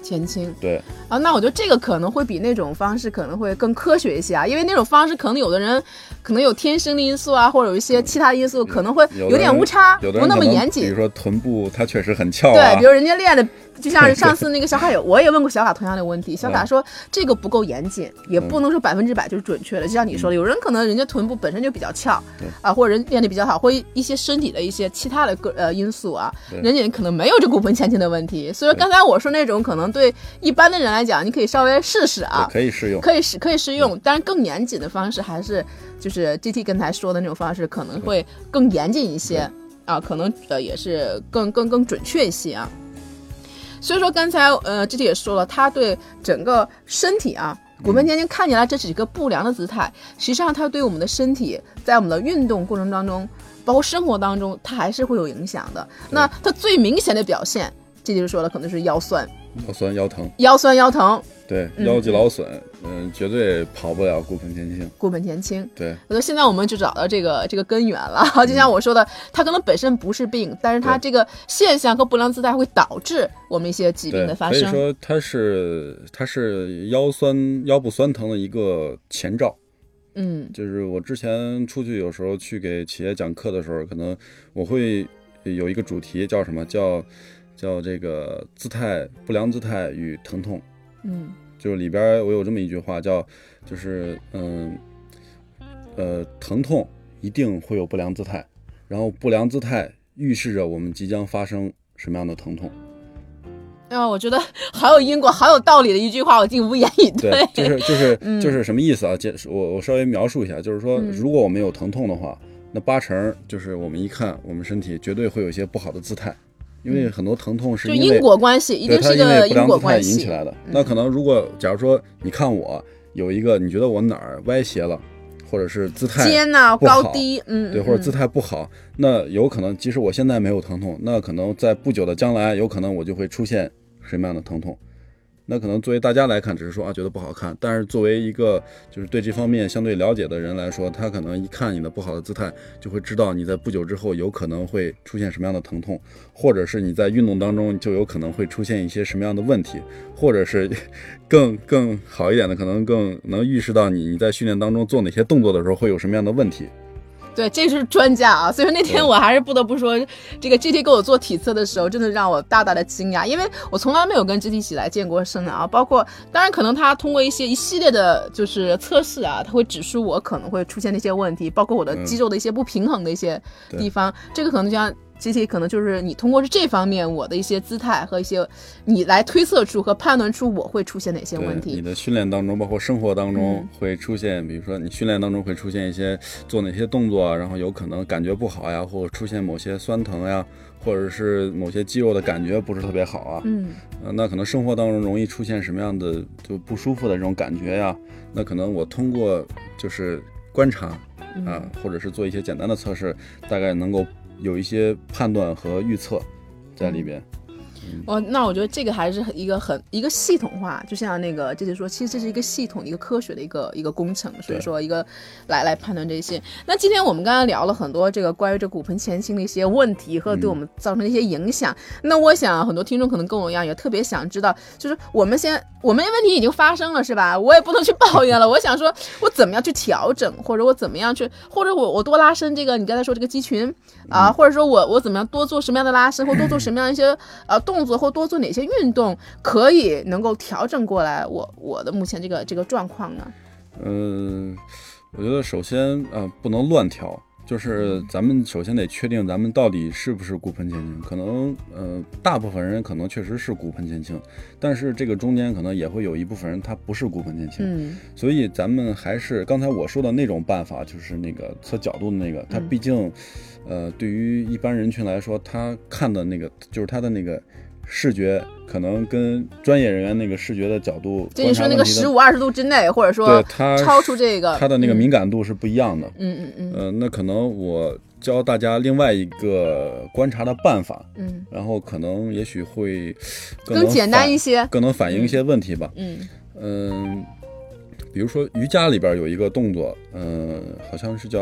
[SPEAKER 1] 前倾
[SPEAKER 2] 对，
[SPEAKER 1] 啊，那我觉得这个可能会比那种方式可能会更科学一些啊，因为那种方式可能有的人可能有天生的因素啊，或者有一些其他因素，可能会
[SPEAKER 2] 嗯有的
[SPEAKER 1] 呃有点
[SPEAKER 2] 人
[SPEAKER 1] 误差，
[SPEAKER 2] 有的
[SPEAKER 1] 不
[SPEAKER 2] 人
[SPEAKER 1] 那
[SPEAKER 2] 可
[SPEAKER 1] 么
[SPEAKER 2] 能
[SPEAKER 1] 严
[SPEAKER 2] 比
[SPEAKER 1] 谨
[SPEAKER 2] 如。说臀部它确实很翘
[SPEAKER 1] 对，
[SPEAKER 2] 啊
[SPEAKER 1] 比如，人家练的，就像是上次那个小卡有，我也问过小卡同样的问
[SPEAKER 2] 嗯
[SPEAKER 1] 题，小卡说这个不够严谨，也不能说百分之百就是准确的。就像你说的，有人可能人家臀部本身就比较翘
[SPEAKER 2] 嗯对，
[SPEAKER 1] 啊，或者人练的比较好，或一一些身体的一些其他的个呃因素啊，
[SPEAKER 2] 对
[SPEAKER 1] 人家可能没有这骨盆前倾的问题。所以说刚才我说那种可能对一般的人来讲，你可以稍微试试啊
[SPEAKER 2] 对，可以适用。
[SPEAKER 1] 可以试可以试用，但是更严谨的方式还是就是 GT 刚才说的那种方式，可能会更严谨一些啊，可能呃也是更更更准确一些啊。所以说刚才呃 GT 也说了，他对整个身体啊。骨盆前倾看起来这是一个不良的姿态，实际上它对我们的身体，在我们的运动过程当中，包括生活当中，它还是会有影响的。那它最明显的表现，这就是说了，可能是腰酸、
[SPEAKER 2] 腰酸腰疼，
[SPEAKER 1] 腰酸、腰疼、
[SPEAKER 2] 对，
[SPEAKER 1] 嗯
[SPEAKER 2] 腰肌劳损，嗯、绝对跑不了骨盆前倾。
[SPEAKER 1] 骨盆前倾。
[SPEAKER 2] 对，
[SPEAKER 1] 我说现在我们就找到这个这个根源了， 就像我说的，它可能本身不是病，但是它这个现象和不良姿态会导致我们一些疾病
[SPEAKER 2] 对
[SPEAKER 1] 的，发
[SPEAKER 2] 所以
[SPEAKER 1] 生。
[SPEAKER 2] 说它是它是腰酸腰部酸疼的一个前兆。
[SPEAKER 1] 嗯
[SPEAKER 2] 就是我之前出去有时候去给企业讲课的时候，可能我会有一个主题叫什么叫叫这个姿态不良姿态与疼痛，
[SPEAKER 1] 嗯
[SPEAKER 2] 就是里边儿我有这么一句话叫就是嗯呃疼痛一定会有不良姿态，然后不良姿态预示着我们即将发生什么样的疼痛。
[SPEAKER 1] 哎呀，我觉得好有因果，好有道理的一句话，我竟无言以
[SPEAKER 2] 对，就是就是、
[SPEAKER 1] 嗯
[SPEAKER 2] 就是什么意思啊？解释我我稍微描述一下，就是说，
[SPEAKER 1] 嗯
[SPEAKER 2] 如果我们有疼痛的话，那八成就是我们一看，我们身体绝对会有一些不好的姿态，因为很多疼痛是
[SPEAKER 1] 嗯就
[SPEAKER 2] 因为
[SPEAKER 1] 因果关系，一
[SPEAKER 2] 对
[SPEAKER 1] 定
[SPEAKER 2] 它
[SPEAKER 1] 是一
[SPEAKER 2] 因为
[SPEAKER 1] 个
[SPEAKER 2] 不
[SPEAKER 1] 因
[SPEAKER 2] 良
[SPEAKER 1] 果
[SPEAKER 2] 姿态
[SPEAKER 1] 关
[SPEAKER 2] 引起
[SPEAKER 1] 系。嗯
[SPEAKER 2] 来的。那可能如果假如说你看我有一个，你觉得我哪儿歪斜了，或者是姿态
[SPEAKER 1] 肩呐、
[SPEAKER 2] 不好
[SPEAKER 1] 高低，嗯，
[SPEAKER 2] 对，或者姿
[SPEAKER 1] 态，
[SPEAKER 2] 态不好，那有可能，即使我现在没有疼痛，那可能在不久的将来，有可能我就会出现什么样的疼痛？那可能作为大家来看，只是说啊觉得不好看，但是作为一个就是对这方面相对了解的人来说，他可能一看你的不好的姿态，就会知道你在不久之后有可能会出现什么样的疼痛，或者是你在运动当中就有可能会出现一些什么样的问题，或者是 更更好一点的，可能更能预示到你你在训练当中做哪些动作的时候会有什么样的问题。
[SPEAKER 1] 对，这是专家啊。所以说那天
[SPEAKER 2] 对
[SPEAKER 1] 我还是不得不说，这个 GT 给我做体测的时候，真的让我大大的惊讶，因为我从来没有跟 GT 一起来健过身啊。包括当然可能他通过一些一系列的就是测试啊，他会指出我可能会出现的一些问题，包括我的肌肉的一些不平衡的一些
[SPEAKER 2] 嗯对
[SPEAKER 1] 地方，这个可能就像。GT 可能就是你通过是这方面我的一些姿态和一些，你来推测出和判断出我会出现哪些
[SPEAKER 2] 对
[SPEAKER 1] 问题。
[SPEAKER 2] 你的训练当中，包括生活当中
[SPEAKER 1] 嗯
[SPEAKER 2] 会出现，比如说你训练当中会出现一些做哪些动作啊，然后有可能感觉不好呀，或者出现某些酸疼呀，或者是某些肌肉的感觉不是特别好啊。
[SPEAKER 1] 嗯，
[SPEAKER 2] 呃那可能生活当中容易出现什么样的就不舒服的这种感觉呀？那可能我通过就是观察
[SPEAKER 1] 嗯
[SPEAKER 2] 啊，或者是做一些简单的测试，大概能够有一些判断和预测在里边。
[SPEAKER 1] 哦，那我觉得这个还是很一个很一个系统化，就像那个这就说，其实这是一个系统、一个科学的一个一个工程，所以
[SPEAKER 2] 对
[SPEAKER 1] 说一个来来判断这些。那今天我们刚刚聊了很多这个关于这骨盆前倾的一些问题和对我们造成的一些影响。那我想很多听众可能跟我一样，也特别想知道，就是我们先我们的问题已经发生了，是吧？我也不能去抱怨了，我想说我怎么样去调整，或者我怎么样去，或者我我多拉伸这个你刚才说这个肌群
[SPEAKER 2] 嗯
[SPEAKER 1] 啊，或者说我我怎么样多做什么样的拉伸，或多做什么样一 些呃动作，或多做哪些运动，可以能够调整过来我我的目前这个这个状况呢？
[SPEAKER 2] 嗯，我觉得首先呃不能乱调，就是咱们首先得确定咱们到底是不是骨盆前倾。可能呃大部分人可能确实是骨盆前倾，但是这个中间可能也会有一部分人他不是骨盆前倾。
[SPEAKER 1] 嗯
[SPEAKER 2] 所以咱们还是刚才我说的那种办法，就是那个测角度的那个，它
[SPEAKER 1] 嗯
[SPEAKER 2] 毕竟，呃，对于一般人群来说，他看的那个就是他的那个视觉，可能跟专业人员那个视觉的角度，
[SPEAKER 1] 就你说那个十
[SPEAKER 2] 五，
[SPEAKER 1] 五二十度之内，或者说
[SPEAKER 2] 对他
[SPEAKER 1] 超出这个
[SPEAKER 2] 他的那个敏感度是不一样的。
[SPEAKER 1] 嗯嗯嗯
[SPEAKER 2] 呃，那可能我教大家另外一个观察的办法，
[SPEAKER 1] 嗯，
[SPEAKER 2] 然后可能也许会更
[SPEAKER 1] 更
[SPEAKER 2] 能
[SPEAKER 1] 简单
[SPEAKER 2] 反
[SPEAKER 1] 一，些。
[SPEAKER 2] 更能反映一些问题吧。
[SPEAKER 1] 嗯
[SPEAKER 2] 嗯，比如说瑜伽里边有一个动作，嗯，好像是叫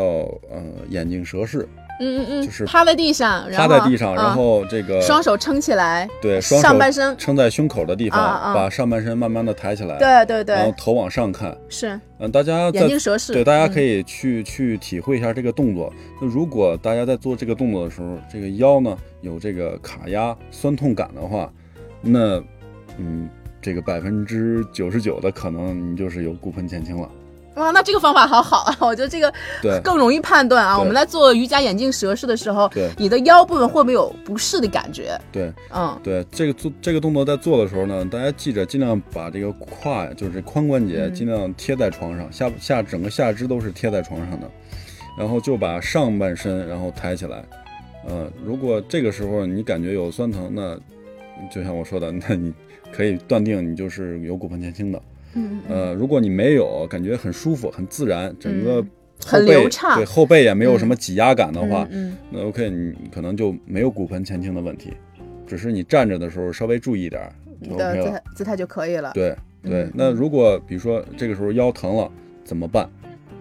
[SPEAKER 2] 呃眼镜蛇式，
[SPEAKER 1] 嗯嗯嗯，
[SPEAKER 2] 就是
[SPEAKER 1] 趴在地上，然
[SPEAKER 2] 趴
[SPEAKER 1] 后
[SPEAKER 2] 在地上，然
[SPEAKER 1] 啊
[SPEAKER 2] 后呃这个
[SPEAKER 1] 双手撑起来，
[SPEAKER 2] 对双手
[SPEAKER 1] 上半身
[SPEAKER 2] 撑在胸口的地方，
[SPEAKER 1] 啊啊
[SPEAKER 2] 把上半身慢慢的抬起来，
[SPEAKER 1] 对对
[SPEAKER 2] 呃然后
[SPEAKER 1] 对，
[SPEAKER 2] 头往上看。
[SPEAKER 1] 是
[SPEAKER 2] 嗯，大家在
[SPEAKER 1] 眼镜蛇式，
[SPEAKER 2] 对大家可
[SPEAKER 1] 以，
[SPEAKER 2] 以去、去体会一下这个动作。那如果大家在做这个动作的时候，这个腰呢有这个卡压酸痛感的话，那嗯，这个百分之九十九的可能你就是有骨盆前倾了。
[SPEAKER 1] 嗯哇，那这个方法好好啊，我觉得这个
[SPEAKER 2] 对，
[SPEAKER 1] 更容易判断啊。
[SPEAKER 2] 对
[SPEAKER 1] 我们在做瑜伽眼镜蛇式的时候
[SPEAKER 2] 对，
[SPEAKER 1] 你的腰部分会不会有不适的感觉？
[SPEAKER 2] 对。
[SPEAKER 1] 嗯
[SPEAKER 2] 对这个做这个动作在做的时候呢，大家记着尽量把这个胯，就是髋关节
[SPEAKER 1] 嗯
[SPEAKER 2] 尽量贴在床上，下下整个下肢都是贴在床上的，然后就把上半身然后抬起来。呃，如果这个时候你感觉有酸疼，那就像我说的，那你可以断定你就是有骨盆前倾的。
[SPEAKER 1] 嗯嗯，
[SPEAKER 2] 呃，如果你没有，感觉很舒服、很自然，整个
[SPEAKER 1] 嗯
[SPEAKER 2] 后
[SPEAKER 1] 很
[SPEAKER 2] 背、
[SPEAKER 1] 流畅
[SPEAKER 2] 对后背也没有什么挤压感的话，
[SPEAKER 1] 嗯
[SPEAKER 2] 那 OK，你可能就没有骨盆前倾的问题，只是你站着的时候稍微注意一点儿
[SPEAKER 1] 嗯
[SPEAKER 2] 就
[SPEAKER 1] 你
[SPEAKER 2] OK
[SPEAKER 1] 的姿
[SPEAKER 2] 了
[SPEAKER 1] 态。姿态就可以了。
[SPEAKER 2] 对对
[SPEAKER 1] 嗯，
[SPEAKER 2] 那如果比如说这个时候腰疼了怎么办？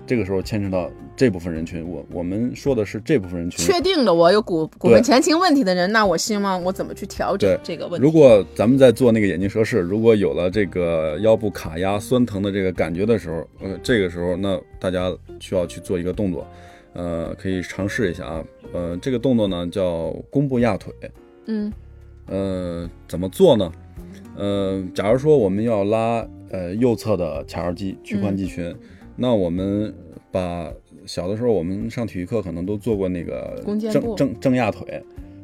[SPEAKER 2] 这个时候牵扯到这部分人群，我我们说的是这部分人群。
[SPEAKER 1] 确定了，我有骨骨
[SPEAKER 2] 对
[SPEAKER 1] 盆前倾问题的人，那我希望我怎么去调整
[SPEAKER 2] 对
[SPEAKER 1] 这个问题？
[SPEAKER 2] 如果咱们在做那个眼镜蛇式，如果有了这个腰部卡压酸疼的这个感觉的时候，呃，这个时候那大家需要去做一个动作，呃，可以尝试一下啊，呃，这个动作呢叫弓步压腿，
[SPEAKER 1] 嗯
[SPEAKER 2] 呃，怎么做呢？呃，假如说我们要拉呃右侧的髂腰肌、屈髋肌群，
[SPEAKER 1] 嗯
[SPEAKER 2] 那我们把小的时候我们上体育课可能都做过那个
[SPEAKER 1] 弓箭步
[SPEAKER 2] 正正正压腿，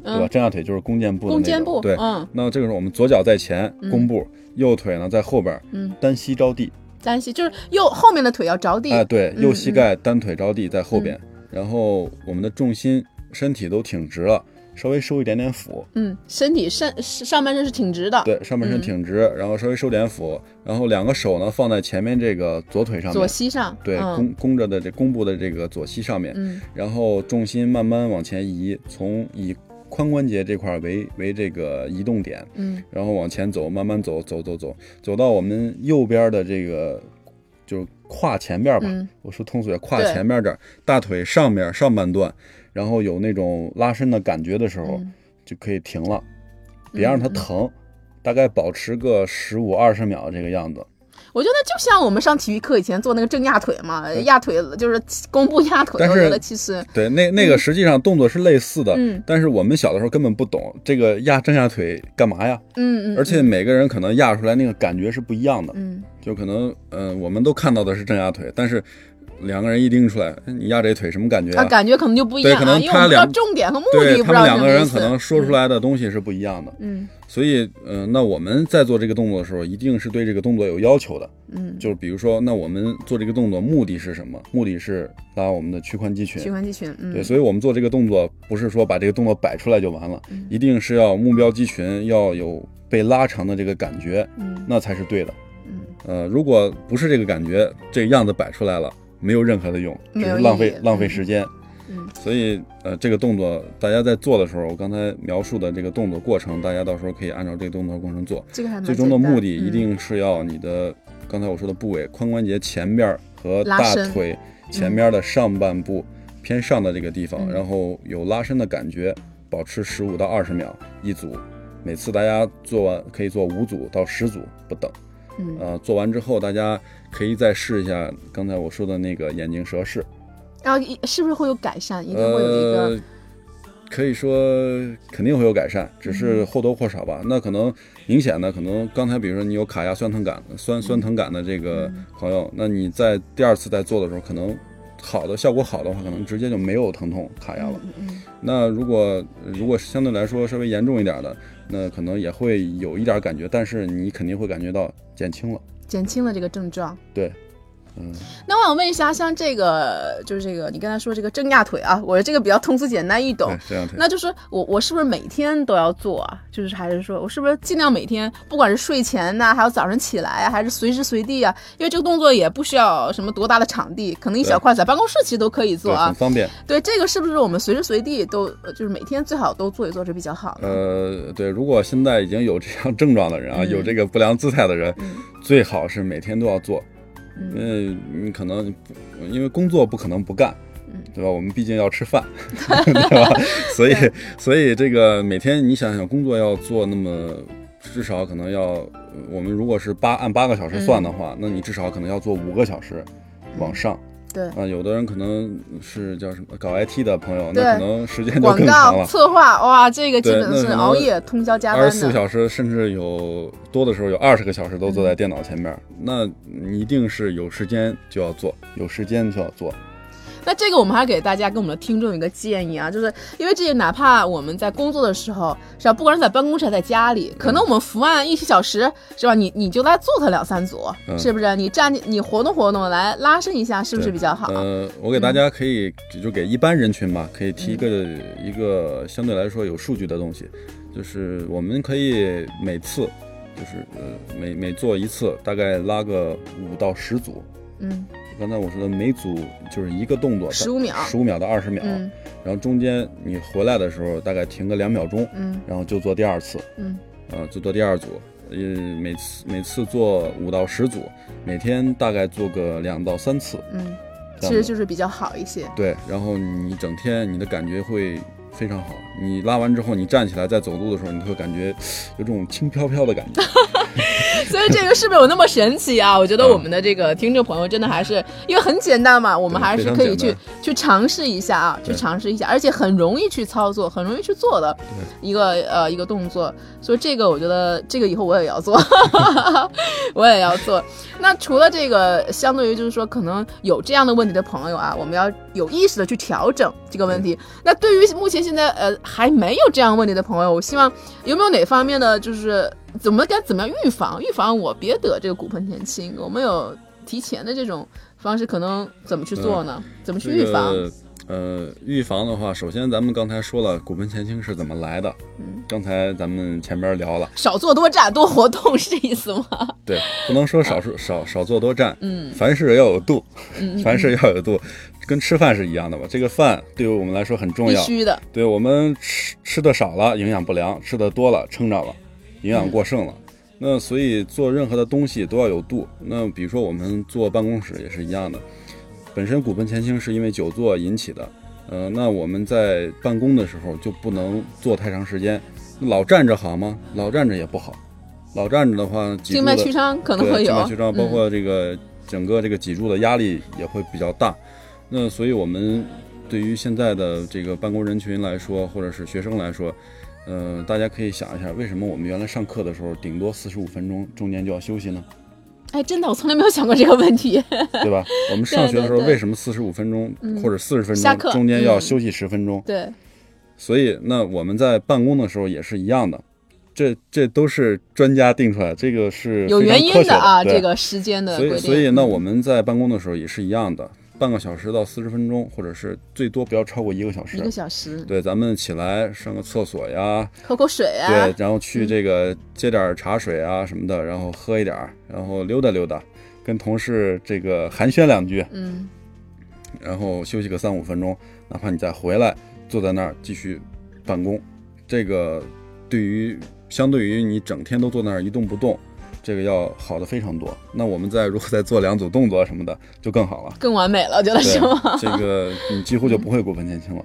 [SPEAKER 2] 对吧？
[SPEAKER 1] 嗯，
[SPEAKER 2] 正压腿就是弓箭步的那
[SPEAKER 1] 弓
[SPEAKER 2] 种。
[SPEAKER 1] 箭步，
[SPEAKER 2] 对。
[SPEAKER 1] 嗯
[SPEAKER 2] 那这个时候我们左脚在前
[SPEAKER 1] 嗯
[SPEAKER 2] 弓步，右腿呢在后边儿
[SPEAKER 1] 嗯，
[SPEAKER 2] 单膝着地。
[SPEAKER 1] 单膝就是右后面的腿要着地
[SPEAKER 2] 哎，，对，
[SPEAKER 1] 嗯
[SPEAKER 2] 右膝盖单腿着地在后边，然后我们的重心身体都挺直了，稍微收一点点腹，
[SPEAKER 1] 嗯，身体上上半身是挺直的，
[SPEAKER 2] 对，上半
[SPEAKER 1] 嗯
[SPEAKER 2] 身挺直，然后稍微收点腹，然后两个手呢放在前面这个左腿上
[SPEAKER 1] 左
[SPEAKER 2] 面，
[SPEAKER 1] 膝上，
[SPEAKER 2] 对，
[SPEAKER 1] 嗯
[SPEAKER 2] 弓弓着的这弓步的这个左膝上面，
[SPEAKER 1] 嗯
[SPEAKER 2] 然后重心慢慢往前移，从以髋关节这块儿为为这个移动点，
[SPEAKER 1] 嗯
[SPEAKER 2] 然后往前走，慢慢走，走走走，走到我们右边的这个就是胯前边吧，
[SPEAKER 1] 嗯
[SPEAKER 2] 我说通俗点，胯
[SPEAKER 1] 对
[SPEAKER 2] 前边这儿，大腿上面上半段，然后有那种拉伸的感觉的时候，
[SPEAKER 1] 嗯
[SPEAKER 2] 就可以停了，别让它疼，大概保持个十五二十秒这个样子。
[SPEAKER 1] 我觉得就像我们上体育课以前做那个正压腿嘛，压腿就是弓步压腿，
[SPEAKER 2] 但
[SPEAKER 1] 我
[SPEAKER 2] 是
[SPEAKER 1] 觉得其实
[SPEAKER 2] 对，那那个实际上动作是类似的，
[SPEAKER 1] 嗯
[SPEAKER 2] 但是我们小的时候根本不懂这个压正下腿干嘛呀，
[SPEAKER 1] 嗯嗯，
[SPEAKER 2] 而且每个人可能压出来那个感觉是不一样的，
[SPEAKER 1] 嗯
[SPEAKER 2] 就可能嗯、呃我们都看到的是正压腿，但是两个人一盯出来，哎你压这腿什么感觉
[SPEAKER 1] 啊感觉可能就不一样
[SPEAKER 2] 对可能
[SPEAKER 1] 啊，因为我
[SPEAKER 2] 他
[SPEAKER 1] 们不知道
[SPEAKER 2] 俩
[SPEAKER 1] 重点和目的
[SPEAKER 2] 对
[SPEAKER 1] 不
[SPEAKER 2] 他
[SPEAKER 1] 知道是什
[SPEAKER 2] 们两个
[SPEAKER 1] 么意
[SPEAKER 2] 人
[SPEAKER 1] 思
[SPEAKER 2] 可能说出来的东西是不一样的，
[SPEAKER 1] 嗯
[SPEAKER 2] 所以，嗯、那我们在做这个动作的时候，一定是对这个动作有要求的。
[SPEAKER 1] 嗯，
[SPEAKER 2] 就是比如说，那我们做这个动作目的是什么？目的是拉我们的屈髋肌群。
[SPEAKER 1] 循环肌群，嗯
[SPEAKER 2] 对，所以我们做这个动作不是说把这个动作摆出来就完了，
[SPEAKER 1] 嗯
[SPEAKER 2] 一定是要目标肌群要有被拉长的这个感觉，
[SPEAKER 1] 嗯
[SPEAKER 2] 那才是对的。
[SPEAKER 1] 嗯
[SPEAKER 2] 呃，如果不是这个感觉，这样子摆出来了，没有任何的用，
[SPEAKER 1] 没
[SPEAKER 2] 只
[SPEAKER 1] 有
[SPEAKER 2] 是浪费
[SPEAKER 1] 意义
[SPEAKER 2] 浪费时间。
[SPEAKER 1] 嗯
[SPEAKER 2] 所以呃，这个动作大家在做的时候，我刚才描述的这个动作过程，大家到时候可以按照这个动作过程做。
[SPEAKER 1] 这个还蛮
[SPEAKER 2] 最终的
[SPEAKER 1] 简单
[SPEAKER 2] 目的一
[SPEAKER 1] 嗯
[SPEAKER 2] 定是要你的、刚才我说的部位，髋关节前边儿和
[SPEAKER 1] 拉
[SPEAKER 2] 大
[SPEAKER 1] 伸
[SPEAKER 2] 腿前边儿的上半部偏上的这个地方，
[SPEAKER 1] 嗯
[SPEAKER 2] 然后有拉伸的感觉，保持十五到二十秒一组。每次大家做完可以做五组到十组不等，
[SPEAKER 1] 嗯
[SPEAKER 2] 呃，做完之后大家可以再试一下刚才我说的那个眼镜蛇式，
[SPEAKER 1] 然后一嗯是不是会有改善？一定会有一个
[SPEAKER 2] 呃，可以说肯定会有改善，只是
[SPEAKER 1] 嗯
[SPEAKER 2] 或多或少吧。那可能明显的，可能刚才比如说你有卡压酸疼感、酸酸疼感的这个
[SPEAKER 1] 嗯
[SPEAKER 2] 朋友，那你在第二次再做的时候，可能好的效果好的话，可能直接就没有疼痛卡压了。
[SPEAKER 1] 嗯嗯
[SPEAKER 2] 那如果如果相对来说稍微严重一点的，那可能也会有一点感觉，但是你肯定会感觉到减轻了。
[SPEAKER 1] 减轻了这个症状。
[SPEAKER 2] 对，嗯
[SPEAKER 1] 那我想问一下，像这个就是这个你刚才说这个正压腿啊，我这个比较通俗简单易懂
[SPEAKER 2] 对，，这样可以。
[SPEAKER 1] 那就是我我是不是每天都要做啊？就是还是说我是不是尽量每天，不管是睡前呐、还有早上起来啊，还是随时随地啊？因为这个动作也不需要什么多大的场地，可能一小块在办公室其实都可以做
[SPEAKER 2] 对，很
[SPEAKER 1] 啊。
[SPEAKER 2] 方便。
[SPEAKER 1] 对这个是不是我们随时随地都呃就是每天最好都做一做是比较好的？
[SPEAKER 2] 呃，对，如果现在已经有这样症状的人啊，
[SPEAKER 1] 嗯
[SPEAKER 2] 有这个不良姿态的人，
[SPEAKER 1] 嗯
[SPEAKER 2] 最好是每天都要做，因
[SPEAKER 1] 嗯
[SPEAKER 2] 为你可能不因为工作不可能不干
[SPEAKER 1] 嗯，
[SPEAKER 2] 对吧？我们毕竟要 吃饭，对吧？所以
[SPEAKER 1] 对
[SPEAKER 2] 所以这个每天你想想，工作要做那么至少可能要，我们如果是八按八个小时算的
[SPEAKER 1] 嗯
[SPEAKER 2] 话，那你至少可能要做五个小时往上。
[SPEAKER 1] 对
[SPEAKER 2] 啊、有的人可能是叫什么搞 IT 的朋友，
[SPEAKER 1] 对
[SPEAKER 2] 那可能时间就
[SPEAKER 1] 广
[SPEAKER 2] 更长
[SPEAKER 1] 告
[SPEAKER 2] 了。
[SPEAKER 1] 策划哇，这个基
[SPEAKER 2] 对
[SPEAKER 1] 本
[SPEAKER 2] 那
[SPEAKER 1] 是
[SPEAKER 2] 可能
[SPEAKER 1] 熬夜通宵加班
[SPEAKER 2] 二
[SPEAKER 1] 的。
[SPEAKER 2] 十四小时，甚至有多的时候有二十个小时都坐
[SPEAKER 1] 嗯
[SPEAKER 2] 在电脑前面，那你一定是有时间就要做，有时间就要做。
[SPEAKER 1] 那这个我们还给大家跟我们的听众一个建议啊，就是因为这个，哪怕我们在工作的时候，是吧？不管是在办公室还是在家里，可能我们伏案一小时，是吧？你你就来做它两三组，
[SPEAKER 2] 嗯
[SPEAKER 1] 是不是？你站你活动活动，来拉伸一下，是不是
[SPEAKER 2] 对
[SPEAKER 1] 比较好？嗯
[SPEAKER 2] 呃，我给大家可以、就给一般人群吧，可以提一个、一个相对来说有数据的东西，就是我们可以每次就是呃每每做一次，大概拉个五到十组。
[SPEAKER 1] 嗯
[SPEAKER 2] 刚才我说的每组就是一个动作，
[SPEAKER 1] 15秒
[SPEAKER 2] 十五秒到二十秒，
[SPEAKER 1] 嗯
[SPEAKER 2] 然后中间你回来的时候大概停个两秒钟，
[SPEAKER 1] 嗯
[SPEAKER 2] 然后就做第二次。
[SPEAKER 1] 嗯
[SPEAKER 2] 呃，就做第二组，呃，每次每次做五到十组，每天大概做个两到三次，
[SPEAKER 1] 嗯，
[SPEAKER 2] 这
[SPEAKER 1] 其实
[SPEAKER 2] 样的
[SPEAKER 1] 就是比较好一些。
[SPEAKER 2] 对，然后你整天你的感觉会非常好，你拉完之后你站起来再走路的时候，你会感觉有这种轻飘飘的感觉，
[SPEAKER 1] 所以这个是不是有那么神奇啊？我觉得我们的这个听众朋友真的还是因为很简单嘛，我们还是可以
[SPEAKER 2] 非
[SPEAKER 1] 去
[SPEAKER 2] 常
[SPEAKER 1] 去尝试一下啊，去
[SPEAKER 2] 对
[SPEAKER 1] 尝试一下，而且很容易去操作，很容易去做的一个呃一个动作。所以这个我觉得这个以后我也要做， 我也要做。那除了这个，相对于就是说可能有这样的问题的朋友啊，我们要有意识的去调整这个问
[SPEAKER 2] 嗯
[SPEAKER 1] 题。那对于目前现在呃还没有这样问题的朋友，我希望有没有哪方面的就是怎么该怎么样预防，预防我别得这个骨盆前倾？我们有提前的这种方式，可能怎么去做呢？怎么去 预防？
[SPEAKER 2] 嗯这个呃，预防的话，首先咱们刚才说了骨盆前倾是怎么来的，
[SPEAKER 1] 嗯
[SPEAKER 2] 刚才咱们前边聊了，
[SPEAKER 1] 少坐多站，多活动 是这意思吗？
[SPEAKER 2] 对，不能说少数少少坐多站，
[SPEAKER 1] 嗯
[SPEAKER 2] 凡事要有度，
[SPEAKER 1] 嗯，
[SPEAKER 2] 凡事要有度，跟吃饭是一样的吧？这个饭对于我们来说很重
[SPEAKER 1] 必
[SPEAKER 2] 要，
[SPEAKER 1] 须的，
[SPEAKER 2] 对我们吃吃的少了，营养不良；吃的多了，撑着了，营养过剩了。那所以做任何的东西都要有度。那比如说我们坐办公室也是一样的，本身骨盆前倾是因为久坐引起的。呃，那我们在办公的时候就不能坐太长时间，老站着好吗？老站着也不好，老站着的话，脊
[SPEAKER 1] 静
[SPEAKER 2] 柱
[SPEAKER 1] 脉
[SPEAKER 2] 的
[SPEAKER 1] 曲张可能
[SPEAKER 2] 对
[SPEAKER 1] 会有
[SPEAKER 2] 静脉，曲张，包
[SPEAKER 1] 嗯
[SPEAKER 2] 括这个、整个这个脊柱的压力也会比较大。那所以我们对于现在的这个办公人群来说，或者是学生来说，呃，大家可以想一下，为什么我们原来上课的时候顶多四十五分钟，中间就要休息呢？
[SPEAKER 1] 哎，真的，我从来没有想过这个问题。
[SPEAKER 2] 对吧？我们上学的时
[SPEAKER 1] 对
[SPEAKER 2] 候
[SPEAKER 1] 对对
[SPEAKER 2] 为什么四十五分钟
[SPEAKER 1] 嗯
[SPEAKER 2] 或者四十分
[SPEAKER 1] 下
[SPEAKER 2] 钟
[SPEAKER 1] 课
[SPEAKER 2] 中间要
[SPEAKER 1] 嗯
[SPEAKER 2] 休息十分钟？
[SPEAKER 1] 对，
[SPEAKER 2] 所以那我们在办公的时候也是一样的。这这都是专家定出来的，这个是
[SPEAKER 1] 有
[SPEAKER 2] 非常
[SPEAKER 1] 原因
[SPEAKER 2] 科学
[SPEAKER 1] 啊，
[SPEAKER 2] 对
[SPEAKER 1] 这个时间的
[SPEAKER 2] 所
[SPEAKER 1] 规定。
[SPEAKER 2] 以，
[SPEAKER 1] 嗯
[SPEAKER 2] 所以呢，我们在办公的时候也是一样的，半个小时到四十分钟，或者是最多不要超过一个小
[SPEAKER 1] 一个
[SPEAKER 2] 时。
[SPEAKER 1] 小时，
[SPEAKER 2] 对，咱们起来上个厕所呀，
[SPEAKER 1] 喝口水啊，
[SPEAKER 2] 对，然后去这个接点茶水啊什么的，然后喝一点儿，然后溜达溜达，跟同事这个寒暄两句，
[SPEAKER 1] 嗯，
[SPEAKER 2] 然后休息个三五分钟，哪怕你再回来坐在那儿继续办公，这个对于相对于你整天都坐那儿一动不动，这个要好的非常多。那我们再如果再做两组动作什么的， 就更好了。
[SPEAKER 1] 更完美了，我觉得 是吗？
[SPEAKER 2] 这个你几乎就不会骨盆前倾了。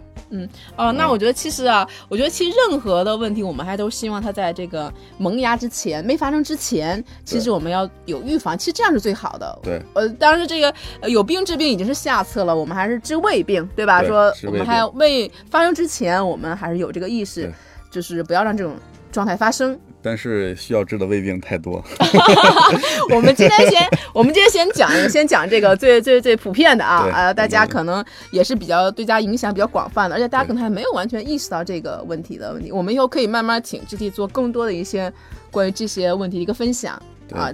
[SPEAKER 1] 哦，
[SPEAKER 2] 嗯
[SPEAKER 1] 那我觉得其实啊，我觉得其实任何的问题，我们还都希望它在这个萌芽之前、没发生之前，其实我们要有预防，其实这样是最好的。
[SPEAKER 2] 对，
[SPEAKER 1] 呃，当然这个呃有病治病已经是下策了，我们还是治胃病，对吧？
[SPEAKER 2] 对
[SPEAKER 1] 说
[SPEAKER 2] 治
[SPEAKER 1] 我
[SPEAKER 2] 胃
[SPEAKER 1] 们还要未发生之前，我们还是有这个意识
[SPEAKER 2] 对，
[SPEAKER 1] 就是不要让这种状态发生。
[SPEAKER 2] 但是需要治的胃病太多。
[SPEAKER 1] 我们今天先，我们今天先讲，先讲这个最最最普遍的啊
[SPEAKER 2] 对，
[SPEAKER 1] 呃，大家
[SPEAKER 2] 嗯
[SPEAKER 1] 可能也是比较对大家影响比较广泛的，而且大家
[SPEAKER 2] 对
[SPEAKER 1] 可能还没有完全意识到这个问题的问题。我们以后可以慢慢请 GT 做更多的一些关于这些问题的一个分享
[SPEAKER 2] 对
[SPEAKER 1] 啊。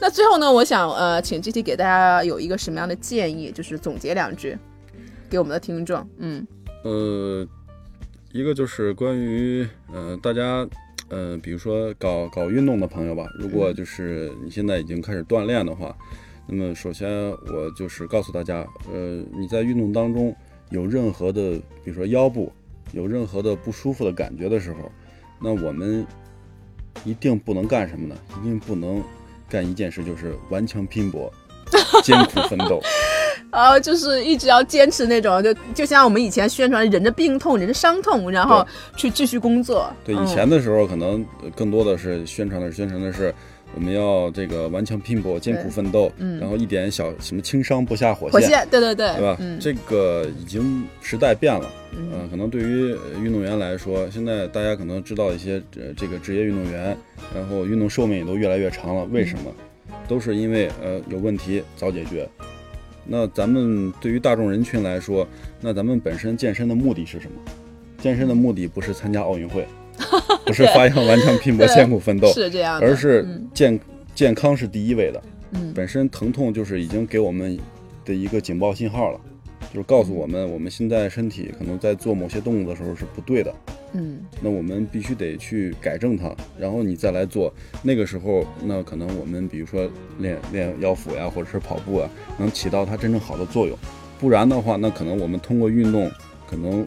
[SPEAKER 1] 那最后呢，我想呃，请 GT 给大家有一个什么样的建议，就是总结两句，给我们的听众。嗯
[SPEAKER 2] 呃，一个就是关于呃大家呃，比如说搞搞运动的朋友吧，如果就是你现在已经开始锻炼的话，那么首先我就是告诉大家，呃，你在运动当中有任何的，比如说腰部有任何的不舒服的感觉的时候，那我们一定不能干什么呢？一定不能干一件事，就是顽强拼搏。艰苦奋斗，
[SPEAKER 1] 呃，就是一直要坚持那种，就就像我们以前宣传忍着病痛、忍着伤痛，然后去继续工作。
[SPEAKER 2] 对，
[SPEAKER 1] 嗯
[SPEAKER 2] 以前的时候可能呃更多的是宣传的是宣传的是我们要这个顽强拼搏、艰苦
[SPEAKER 1] 对
[SPEAKER 2] 奋斗，
[SPEAKER 1] 嗯
[SPEAKER 2] 然后一点小什么轻伤不下火
[SPEAKER 1] 火
[SPEAKER 2] 线，
[SPEAKER 1] 线，对对对，
[SPEAKER 2] 对吧？
[SPEAKER 1] 嗯，
[SPEAKER 2] 这个已经时代变了，
[SPEAKER 1] 嗯
[SPEAKER 2] 呃，可能对于呃运动员来说，现在大家可能知道一些呃这个职业运动员，然后运动寿命也都越来越长
[SPEAKER 1] 嗯
[SPEAKER 2] 了，为什么？都是因为呃有问题早解决。那咱们对于大众人群来说，那咱们本身健身的目的是什么？健身的目的不是参加奥 运会，不是发扬顽强拼搏、
[SPEAKER 1] 对
[SPEAKER 2] 艰苦奋斗，
[SPEAKER 1] 是这样的，
[SPEAKER 2] 而是
[SPEAKER 1] 嗯
[SPEAKER 2] 健健康是第一位的。
[SPEAKER 1] 嗯
[SPEAKER 2] 本身疼痛就是已经给我们的一个警报信号了，就是告诉我们我们现在身体可能在做某些动作的时候是不对的，
[SPEAKER 1] 嗯
[SPEAKER 2] 那我们必须得去改正它，然后你再来做。那个时候，那可能我们比如说练练腰腹呀，或者是跑步啊，能起到它真正好的作用。不然的话，那可能我们通过运动，可能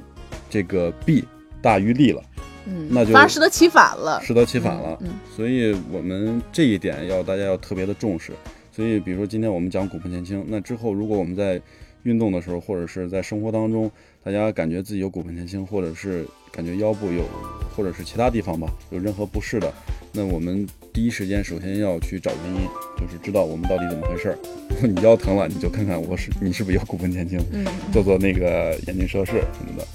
[SPEAKER 2] 这个弊大于利了，
[SPEAKER 1] 嗯，
[SPEAKER 2] 那就
[SPEAKER 1] 反而适得其反了，
[SPEAKER 2] 适得其反了。
[SPEAKER 1] 嗯，嗯
[SPEAKER 2] 所以我们这一点要大家要特别的重视。所以，比如说今天我们讲骨盆前倾，那之后如果我们在运动的时候，或者是在生活当中，大家感觉自己有骨盆前倾，或者是感觉腰部有，或者是其他地方吧有任何不适的，那我们第一时间首先要去找原因，就是知道我们到底怎么回事儿。 你腰疼了，你就看看我是你是不是有骨盆前倾，
[SPEAKER 1] 嗯
[SPEAKER 2] 做做那个眼睛射视什么的。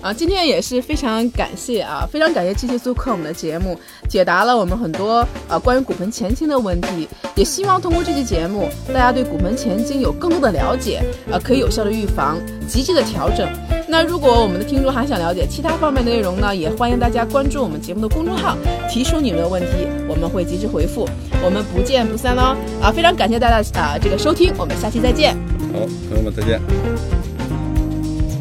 [SPEAKER 1] 啊，今天也是非常感谢啊，非常感谢 GT 做客我们的节目，解答了我们很多呃关于骨盆前倾的问题，也希望通过这期节目，大家对骨盆前倾有更多的了解，呃，可以有效的预防，及时的调整。那如果我们的听众还想了解其他方面的内容呢，也欢迎大家关注我们节目的公众号，提出你们的问题，我们会及时回复。我们不见不散喽！啊，非常感谢大家啊、这个收听，我们下期再见。
[SPEAKER 2] 好，朋友们再见。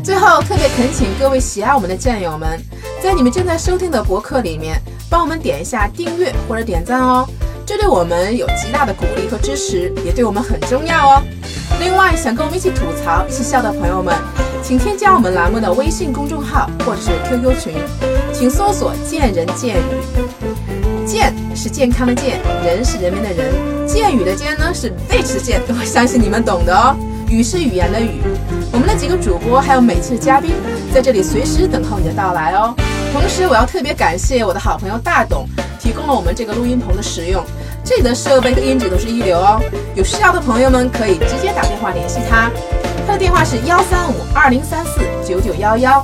[SPEAKER 1] 最后，特别恳请各位喜爱我们的战友们，在你们正在收听的博客里面，帮我们点一下订阅或者点赞哦，这对我们有极大的鼓励和支持，也对我们很重要哦。另外，想跟我们一起吐槽、一起笑的朋友们，请添加我们栏目的微信公众号或者是 QQ 群，请搜索“见人见语”，健是健康的健，人是人民的人，健语的健呢是 rich 的健，我相信你们懂的哦。语是语言的语，我们的几个主播还有每期的嘉宾在这里随时等候你的到来哦。同时，我要特别感谢我的好朋友大董提供了我们这个录音棚的使用，这里的设备和音质都是一流哦。有需要的朋友们可以直接打电话联系他，他的电话是幺三五二零三四九九幺幺，